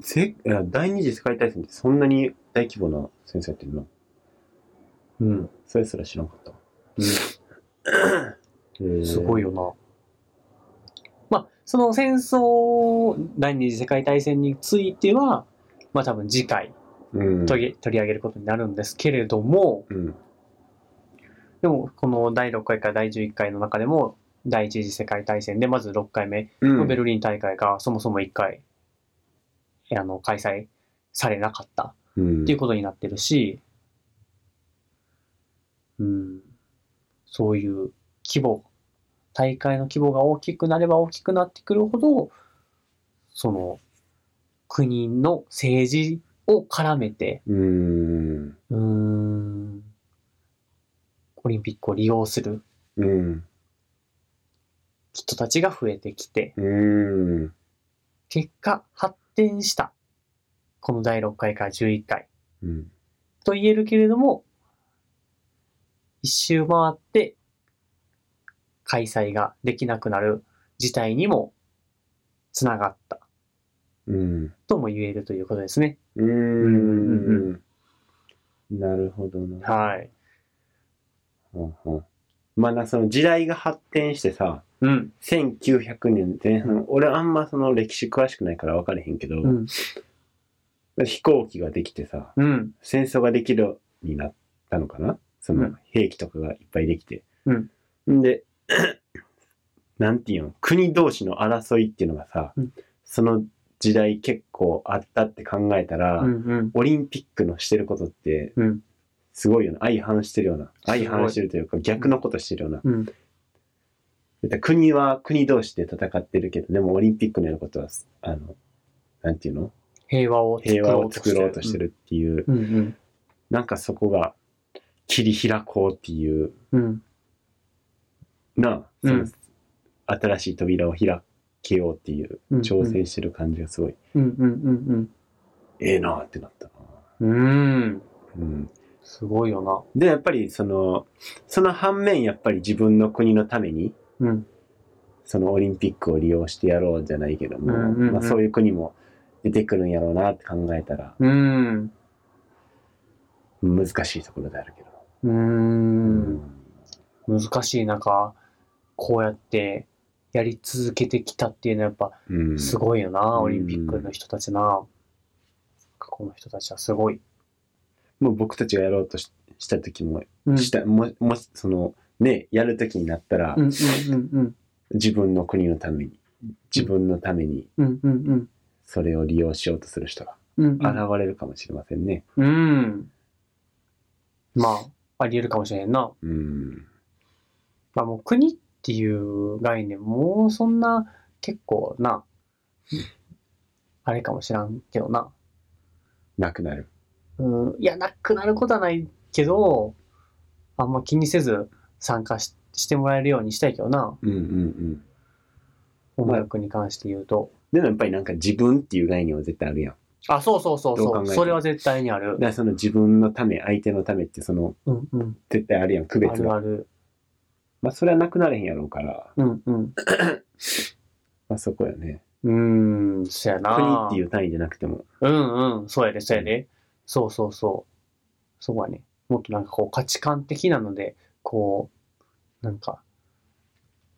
[SPEAKER 1] せいや第二次世界大戦ってそんなに大規模な戦争やってるの
[SPEAKER 2] うん。
[SPEAKER 1] それすら知らんかったわ。
[SPEAKER 2] すごい
[SPEAKER 1] よ。
[SPEAKER 2] よな。まあ、その戦争、第二次世界大戦については、まあ多分次回
[SPEAKER 1] うん。
[SPEAKER 2] 取り取り上げることになるんですけれども、
[SPEAKER 1] うん。
[SPEAKER 2] でもこの第6回から第11回の中でも、第一次世界大戦で、まず6回目
[SPEAKER 1] うん。
[SPEAKER 2] ベルリン大会がそもそも1回、あの、開催されなかったっ
[SPEAKER 1] うん
[SPEAKER 2] ていうことになってるし、うん、そういう規模、大会の規模が大きくなれば大きくなってくるほど、その、国の政治を絡めて、
[SPEAKER 1] うん。
[SPEAKER 2] うん、オリンピックを利用する
[SPEAKER 1] うん。
[SPEAKER 2] 人たちが増えてきて、
[SPEAKER 1] うん。
[SPEAKER 2] 結果発展した、この第6回から11回
[SPEAKER 1] うん。
[SPEAKER 2] と言えるけれども、一周回って開催ができなくなる事態にもつながった
[SPEAKER 1] うん。
[SPEAKER 2] とも言えるということですね。
[SPEAKER 1] うん。なるほどな。
[SPEAKER 2] はい。
[SPEAKER 1] うんうんまあな、その時代が発展してさ、
[SPEAKER 2] うん。
[SPEAKER 1] 1900年前半、俺あんまその歴史詳しくないから分かれへんけど、
[SPEAKER 2] うん。
[SPEAKER 1] 飛行機ができてさ、
[SPEAKER 2] うん。
[SPEAKER 1] 戦争ができるようになったのかなその
[SPEAKER 2] うん
[SPEAKER 1] 兵器とかがいっぱいできて。
[SPEAKER 2] うん
[SPEAKER 1] んで、 なんていうの、国同士の争いっていうのがさ、
[SPEAKER 2] うん
[SPEAKER 1] その時代結構あったって考えたら、
[SPEAKER 2] うん。
[SPEAKER 1] オリンピックのしてることって
[SPEAKER 2] うん。
[SPEAKER 1] すごいよな。相反してるような。
[SPEAKER 2] すごい
[SPEAKER 1] 相反してるというか逆のことしてるような。
[SPEAKER 2] うん。
[SPEAKER 1] だから国は国同士で戦ってるけど、でもオリンピックのやることは、あの、なんていうの
[SPEAKER 2] 平和を
[SPEAKER 1] 平和を作ろうとして
[SPEAKER 2] る。
[SPEAKER 1] るっていう、
[SPEAKER 2] うん。うん。
[SPEAKER 1] なんかそこが切り開こうっていう、
[SPEAKER 2] うん。
[SPEAKER 1] なあ、その
[SPEAKER 2] うん
[SPEAKER 1] 新しい扉を開けようっていう
[SPEAKER 2] うん。
[SPEAKER 1] 挑戦してる感じがすごい、
[SPEAKER 2] うん。うん。うん。
[SPEAKER 1] ええなあってなったな。
[SPEAKER 2] うん。うん。
[SPEAKER 1] うん、
[SPEAKER 2] すごいよ
[SPEAKER 1] で、やっぱりその、その反面やっぱり自分の国のために、
[SPEAKER 2] な。うん。
[SPEAKER 1] そのオリンピックを利用してやろうじゃないけども、
[SPEAKER 2] うんうんうん
[SPEAKER 1] まあ、そういう国も出てくるんやろうなって考えたら、
[SPEAKER 2] うん。
[SPEAKER 1] 難しいところであるけど。
[SPEAKER 2] うー、
[SPEAKER 1] うん
[SPEAKER 2] 難しい中、こうやってやり続けてきたっていうのはやっぱ
[SPEAKER 1] うん
[SPEAKER 2] すごいよな、
[SPEAKER 1] うん
[SPEAKER 2] オリンピックの人たちな。過去の人たちはすごい。
[SPEAKER 1] もう僕たちがやろうとしした時も、
[SPEAKER 2] うん、
[SPEAKER 1] したももしそのねやる時になったら、
[SPEAKER 2] うんうんうん
[SPEAKER 1] 自分の国のために自分のために
[SPEAKER 2] うんうんうん
[SPEAKER 1] それを利用しようとする人が
[SPEAKER 2] うん
[SPEAKER 1] 現れるかもしれませんね。
[SPEAKER 2] うん。まあ、あり得るかもしれんな。
[SPEAKER 1] うん。
[SPEAKER 2] まあもう国っていう概念、もうそんな結構な、あれかもしらんけどな。
[SPEAKER 1] なくなる。
[SPEAKER 2] うん、いや、なくなることはないけど、あんま気にせず参加ししてもらえるようにしたいけどな。
[SPEAKER 1] うんうんうん。
[SPEAKER 2] 音楽に関して言うと。
[SPEAKER 1] でもやっぱりなんか自分っていう概念は絶対あるやん。
[SPEAKER 2] あ、そうそうそう
[SPEAKER 1] どう
[SPEAKER 2] そ
[SPEAKER 1] 考え
[SPEAKER 2] う。
[SPEAKER 1] ても
[SPEAKER 2] それは絶対にある
[SPEAKER 1] だか。らその自分のため、相手のためってその
[SPEAKER 2] うんうん。
[SPEAKER 1] 絶対あるやん、区
[SPEAKER 2] あ
[SPEAKER 1] 別
[SPEAKER 2] る
[SPEAKER 1] が。
[SPEAKER 2] ある。
[SPEAKER 1] まあそれはなくなれへんやろうから、
[SPEAKER 2] うんうん。
[SPEAKER 1] まあそこよね。
[SPEAKER 2] うーん、そや
[SPEAKER 1] 国
[SPEAKER 2] な。
[SPEAKER 1] っていう単位じゃなくても。
[SPEAKER 2] うんうん、そうやで、そうやで。そうそうそう。そうやね。もっとなんかこう価値観的なので、こう、なんか、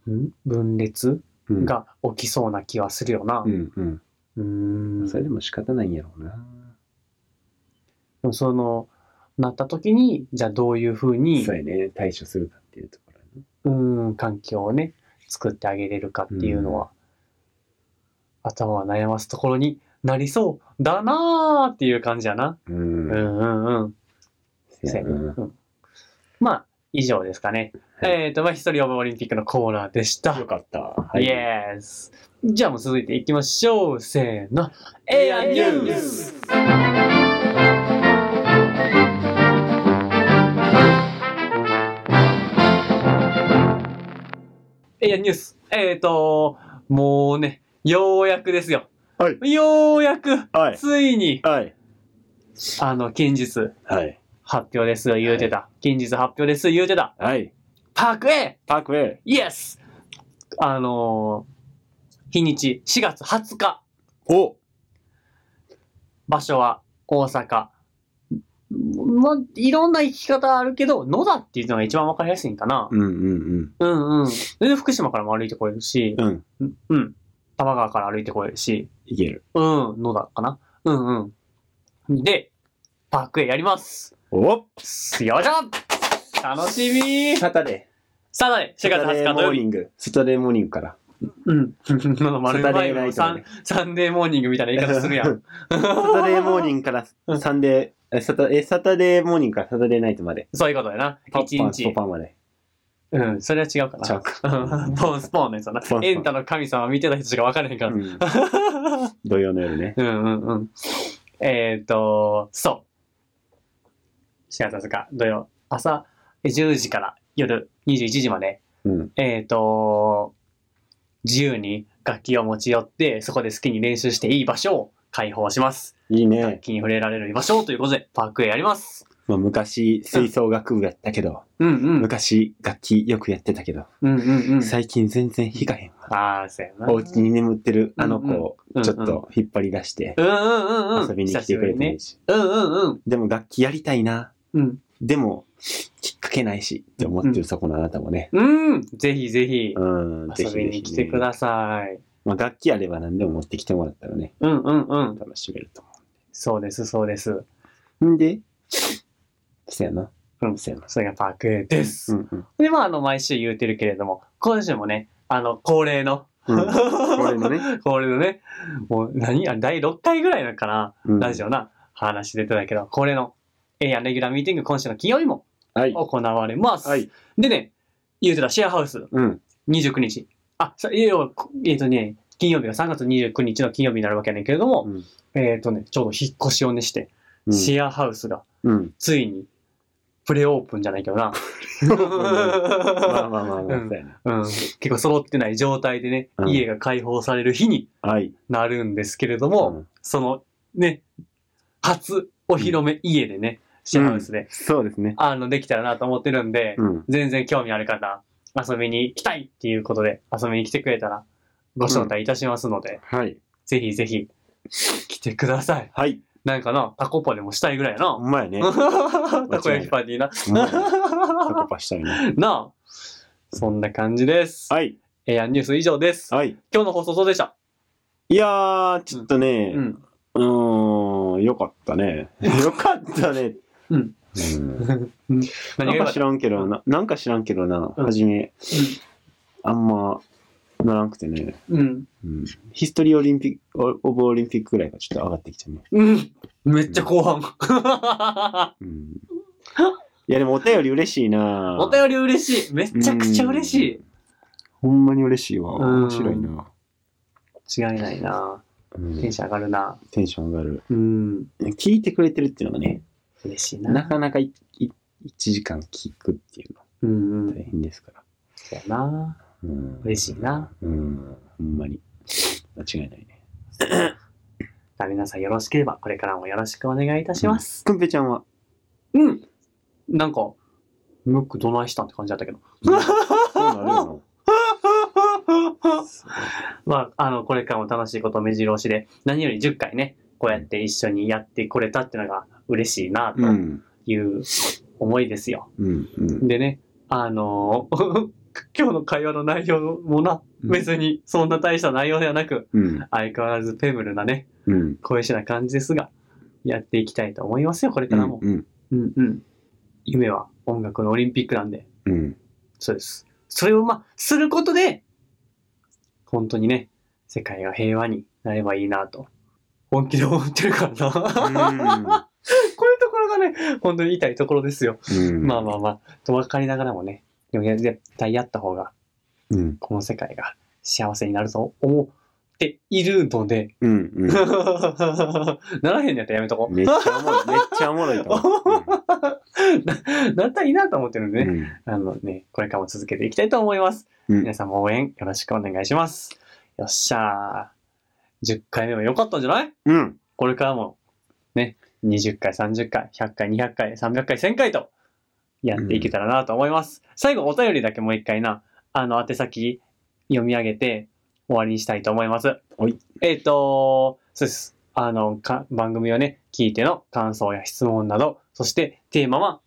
[SPEAKER 2] ん分裂
[SPEAKER 1] うん。
[SPEAKER 2] が起きそうな気はするよな
[SPEAKER 1] う。んうん。
[SPEAKER 2] うーん。
[SPEAKER 1] それでも仕方ないんやろうな。
[SPEAKER 2] でもその、なった時に、じゃあどういうふうに
[SPEAKER 1] そう、やね。対処するかっていうところやな
[SPEAKER 2] うーん、環境をね、作ってあげれるかっていうのは、頭は悩ますところになりそうだなーっていう感じやな。
[SPEAKER 1] うん
[SPEAKER 2] う。んうんうん。
[SPEAKER 1] せやな。
[SPEAKER 2] うんまあ、以上ですかね。
[SPEAKER 1] はい
[SPEAKER 2] えっ、と、まあ、一人オブオリンピックのコーナーでした。
[SPEAKER 1] よかった。は
[SPEAKER 2] イエス。じゃあもう続いていきましょう。せーの。エアニュースエアニュース。えっ、と、もうね、ようやくですよ。
[SPEAKER 1] は
[SPEAKER 2] ようやく、
[SPEAKER 1] はい。
[SPEAKER 2] ついに、
[SPEAKER 1] はい。
[SPEAKER 2] あの、近日発
[SPEAKER 1] はい。
[SPEAKER 2] 表です、言うてた。近日発表です、言うてた。
[SPEAKER 1] はい。
[SPEAKER 2] パーク A!
[SPEAKER 1] パークウェイ。
[SPEAKER 2] イエスあのー日にち4月20日。
[SPEAKER 1] お
[SPEAKER 2] 場所は大阪。まあ、いろんな行き方あるけど、野田っていうのが一番わかりやすいんかな。
[SPEAKER 1] うんうん
[SPEAKER 2] うんうん。で、福島からも歩いてこれるし
[SPEAKER 1] う、ん。うん。
[SPEAKER 2] うん。うん多摩川から歩いてこれるし、
[SPEAKER 1] いける。
[SPEAKER 2] うん、野田かな。うんうん。で、パークへやります。
[SPEAKER 1] お
[SPEAKER 2] よいしょ楽しみ
[SPEAKER 1] サタデ
[SPEAKER 2] さあ、ね、
[SPEAKER 1] ー。
[SPEAKER 2] 4月20日
[SPEAKER 1] モ
[SPEAKER 2] 土
[SPEAKER 1] ー
[SPEAKER 2] 曜
[SPEAKER 1] ニ
[SPEAKER 2] 日。
[SPEAKER 1] ング。サタデーモーニングから。
[SPEAKER 2] うん。
[SPEAKER 1] サタ
[SPEAKER 2] 丸々
[SPEAKER 1] デーナイト
[SPEAKER 2] サ
[SPEAKER 1] だ
[SPEAKER 2] ン
[SPEAKER 1] ね
[SPEAKER 2] サンデーモーニングみたいな言い方するやん。
[SPEAKER 1] サタデーモーニングからサンデー、えサタえサタデーモーニングからサタデーナイトまで。
[SPEAKER 2] そういうことやな。
[SPEAKER 1] パッ
[SPEAKER 2] 一
[SPEAKER 1] パン、
[SPEAKER 2] 日
[SPEAKER 1] ス。パンまで。
[SPEAKER 2] うん、それは違うかな
[SPEAKER 1] ちゃ。う
[SPEAKER 2] う
[SPEAKER 1] か
[SPEAKER 2] ん。 ポンスポーンのやつだな
[SPEAKER 1] スポーン。スポーン
[SPEAKER 2] エンタの神様見てた人しか分からへんか
[SPEAKER 1] う
[SPEAKER 2] ら。
[SPEAKER 1] ん土曜の夜ね。
[SPEAKER 2] うんうんうん。えっ、ー、と、そう。4月20日土曜、朝10時から夜21時まで、
[SPEAKER 1] うん。
[SPEAKER 2] えっ、ー、と、自由に楽器を持ち寄って、そこで好きに練習していい場所を開放します。
[SPEAKER 1] いい
[SPEAKER 2] 楽
[SPEAKER 1] ね。
[SPEAKER 2] 器に触れられる場所ということで、パークへやります。
[SPEAKER 1] まあ、昔、吹奏楽部やったけど、
[SPEAKER 2] うんうん。
[SPEAKER 1] 昔、楽器よくやってたけど、
[SPEAKER 2] うんうんうん。
[SPEAKER 1] 最近全然弾かへんわ。
[SPEAKER 2] ああ、そうやな。
[SPEAKER 1] お家に眠ってるあの子を
[SPEAKER 2] うんうん
[SPEAKER 1] ちょっと引っ張り出して
[SPEAKER 2] うんうんうんうん。
[SPEAKER 1] 遊びに来てくれてもいい
[SPEAKER 2] 久し
[SPEAKER 1] し。
[SPEAKER 2] ぶりね。うんうんうん。
[SPEAKER 1] でも楽器やりたいな。
[SPEAKER 2] うん。
[SPEAKER 1] でも、きっかけないしって思ってるそこのあなたもね。
[SPEAKER 2] うん、ぜひぜひ、
[SPEAKER 1] うん、ぜひ
[SPEAKER 2] 遊
[SPEAKER 1] ぜ
[SPEAKER 2] び
[SPEAKER 1] ひ、
[SPEAKER 2] に来てく
[SPEAKER 1] い。
[SPEAKER 2] ださい。
[SPEAKER 1] まあ、楽器あれば何でも持ってきてもらったらね、
[SPEAKER 2] うんうんうん。
[SPEAKER 1] 楽しめると思
[SPEAKER 2] そうです、そうです。
[SPEAKER 1] う。んで、そうやな。
[SPEAKER 2] うん
[SPEAKER 1] そうやな。
[SPEAKER 2] それがパークで
[SPEAKER 1] う
[SPEAKER 2] す。
[SPEAKER 1] んうん。
[SPEAKER 2] で、まあ、あの、毎週言うてるけれども、今週もね、あの、恒例の、
[SPEAKER 1] うん、 これのね、
[SPEAKER 2] 恒例のね、もう何、あれ第6回ぐらいのかな、
[SPEAKER 1] うん
[SPEAKER 2] ラジオな、話出てたけど、恒例の、えやレギュラーミーティング、今週の金曜日も
[SPEAKER 1] はい。
[SPEAKER 2] 行われます。
[SPEAKER 1] はい。
[SPEAKER 2] でね、言うてたシェアハウス、
[SPEAKER 1] うん。
[SPEAKER 2] 29日。あ、そういやいやえっ、とね、金曜日が3月29日の金曜日になるわけやねんけれども、
[SPEAKER 1] うん
[SPEAKER 2] えっ、とね、ちょうど引っ越しをねして、
[SPEAKER 1] うん
[SPEAKER 2] シェアハウスが
[SPEAKER 1] うん。
[SPEAKER 2] ついにプレオープンじゃないけど な。
[SPEAKER 1] まあまあまあまあ、
[SPEAKER 2] うん
[SPEAKER 1] そうやな。
[SPEAKER 2] うん、結構揃ってない状態でね、
[SPEAKER 1] うん
[SPEAKER 2] 家が開放される日に
[SPEAKER 1] はい。
[SPEAKER 2] なるんですけれども、
[SPEAKER 1] うん
[SPEAKER 2] そのね、初お披露目家でね、シェアハウスで、
[SPEAKER 1] そうですね。
[SPEAKER 2] あの、できたらなと思ってるんで、
[SPEAKER 1] うん。
[SPEAKER 2] 全然興味ある方、遊びに来たいっていうことで、遊びに来てくれたら、ご招待いたしますので、
[SPEAKER 1] はい。
[SPEAKER 2] ぜひぜひ、来てください。
[SPEAKER 1] はい。
[SPEAKER 2] なんかな、タコパでもしたいぐらいや
[SPEAKER 1] う
[SPEAKER 2] な。
[SPEAKER 1] まいね。
[SPEAKER 2] タコ焼きパーティーな。
[SPEAKER 1] うんタコパしたいね。
[SPEAKER 2] なあ。そんな感じです。
[SPEAKER 1] はい。
[SPEAKER 2] エアニュース以上です。
[SPEAKER 1] はい。
[SPEAKER 2] 今日の放送どうでした
[SPEAKER 1] いやー、ちょっとね、
[SPEAKER 2] うん。
[SPEAKER 1] うーん、よかった ね。よかったね。
[SPEAKER 2] うん。
[SPEAKER 1] うん、な
[SPEAKER 2] 何
[SPEAKER 1] ん
[SPEAKER 2] が
[SPEAKER 1] か
[SPEAKER 2] 良かっ
[SPEAKER 1] 知
[SPEAKER 2] た
[SPEAKER 1] らんけどな、なんか知らんけどな、
[SPEAKER 2] うん
[SPEAKER 1] はじめ、あんまならんくてね、
[SPEAKER 2] うん。
[SPEAKER 1] うんヒストリーオリンピオブオリンピックぐらいがちょっと上がってきてね。
[SPEAKER 2] うん。めっちゃ後 半。
[SPEAKER 1] うん。いや、でもお便り嬉しいな
[SPEAKER 2] お便り嬉しい。めちゃくちゃ嬉しい。
[SPEAKER 1] ほんまに嬉しいわ。
[SPEAKER 2] うん
[SPEAKER 1] 面白いな、
[SPEAKER 2] 違いないな。
[SPEAKER 1] うん
[SPEAKER 2] テンション上がるな。
[SPEAKER 1] テンション上がる。
[SPEAKER 2] うん。
[SPEAKER 1] 聞いてくれてるっていうのがね、
[SPEAKER 2] 嬉しい
[SPEAKER 1] な
[SPEAKER 2] な。
[SPEAKER 1] かなか1時間聞くっていうのは
[SPEAKER 2] うんうん。
[SPEAKER 1] 大変ですから。
[SPEAKER 2] そうやな。
[SPEAKER 1] うん
[SPEAKER 2] 嬉しいな。
[SPEAKER 1] うん。ほんまに。間違いないね。
[SPEAKER 2] 皆さんよろしければ、これからもよろしくお願いいたします。
[SPEAKER 1] くんぺちゃんは
[SPEAKER 2] うん。なんか、ムックどないしたんって感じだ ったけど。
[SPEAKER 1] そうなるよ
[SPEAKER 2] まあ、あの、これからも楽しいこと目白押しで、何より10回ね、こうやって一緒にやってこれたっていうのが嬉しいな、
[SPEAKER 1] な。う
[SPEAKER 2] と
[SPEAKER 1] ん。
[SPEAKER 2] いう思いですよ。
[SPEAKER 1] うん。うん。
[SPEAKER 2] でね、あの ー今日の会話の内容もな、
[SPEAKER 1] うん
[SPEAKER 2] 別にそんな大した内容ではなく、
[SPEAKER 1] うん。
[SPEAKER 2] 相変わらずペブルなね、
[SPEAKER 1] うん。
[SPEAKER 2] 声しな感じですが、やっていきたいと思いますよ、これ
[SPEAKER 1] う
[SPEAKER 2] から
[SPEAKER 1] ん
[SPEAKER 2] も。。
[SPEAKER 1] うん。
[SPEAKER 2] うんうん。夢は音楽のオリンピックなんで、
[SPEAKER 1] うん。
[SPEAKER 2] そうです。それをまあ、することで、本当にね、世界が平和になればいいなと、本気で思ってるから な。こういうところがね、本当に痛いところですよ。
[SPEAKER 1] うん
[SPEAKER 2] まあまあまあ、と分かりながらもね、でも絶対やった方が、
[SPEAKER 1] うん。
[SPEAKER 2] この世界が幸せになると思っているので、
[SPEAKER 1] うん。うん。
[SPEAKER 2] ならへんのやったらやめとこう。
[SPEAKER 1] めっちゃおもろい。めっちゃおもろいと思う。
[SPEAKER 2] ななったらいいなと思ってるんでね、
[SPEAKER 1] うん
[SPEAKER 2] あのね、これからも続けていきたいと思います。
[SPEAKER 1] うん
[SPEAKER 2] 皆さんも応援よろしくお願いします。よっしゃー。10回目も良かったんじゃない
[SPEAKER 1] うん。
[SPEAKER 2] これからも、ね、20回、30回、100回、200回、300回、1000回と、やっていけたらなと思います。最後、お便りだけもう一回な、あの、宛先読み上げて終わりにしたいと思います。
[SPEAKER 1] はい
[SPEAKER 2] えっ、と、そうです。あの、か番組をね、聞いての感想や質問など、そしてテーマは、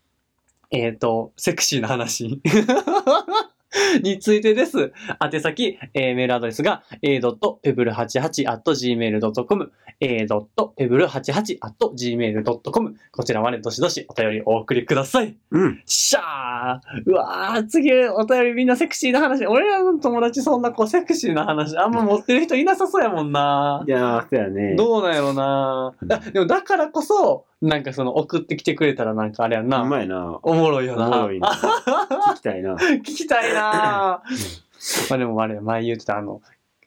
[SPEAKER 2] えっ、と、セクシーな話 についてです。宛先、えーメールアドレスが a.pebble88.gmail.com a.pebble88.gmail.com こちらまでどしどしお便りお送りください。
[SPEAKER 1] うん。。
[SPEAKER 2] しゃーうわー次お便りみんなセクシーな話。俺らの友達そんなこうセクシーな話あんま持ってる人いなさそうやもんない
[SPEAKER 1] やー、そうやね。
[SPEAKER 2] どうなんやろなあでもだからこそ、なんかその送ってきてくれたらなんかあれやん
[SPEAKER 1] う
[SPEAKER 2] な。
[SPEAKER 1] まいな。
[SPEAKER 2] おもろいよ
[SPEAKER 1] お
[SPEAKER 2] な。
[SPEAKER 1] もろいな。聞きたいな。
[SPEAKER 2] 聞きたいなぁまあでもあれ前言ってたあの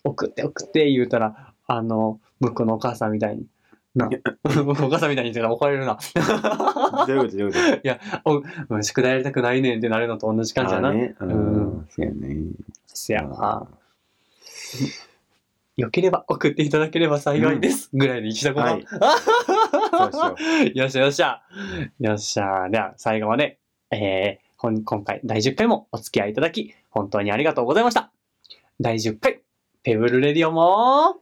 [SPEAKER 2] 送って送って言うたらあの向こうのお母さんみたいにな お母さんみたいに言ってたら怒られるな
[SPEAKER 1] どういうことどういうこと
[SPEAKER 2] いやお宿題やりたくないねんってなるのと同じ感じだ
[SPEAKER 1] あ
[SPEAKER 2] な、
[SPEAKER 1] ーね。う。
[SPEAKER 2] うん
[SPEAKER 1] そうやね。
[SPEAKER 2] せやなよければ送っていただければ幸いです、ぐらいでいきたこ
[SPEAKER 1] は
[SPEAKER 2] と、はい い、
[SPEAKER 1] そうしよ
[SPEAKER 2] よっしゃよっしゃよっしゃでは最後まで、えー、ほん今回第10回もお付き合いいただき本当にありがとうございました第10回ペブルレディオも
[SPEAKER 1] う。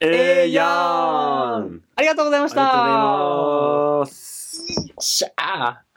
[SPEAKER 2] ええやん
[SPEAKER 1] あり
[SPEAKER 2] ありがとうございました
[SPEAKER 1] がとうございます。
[SPEAKER 2] よっしゃー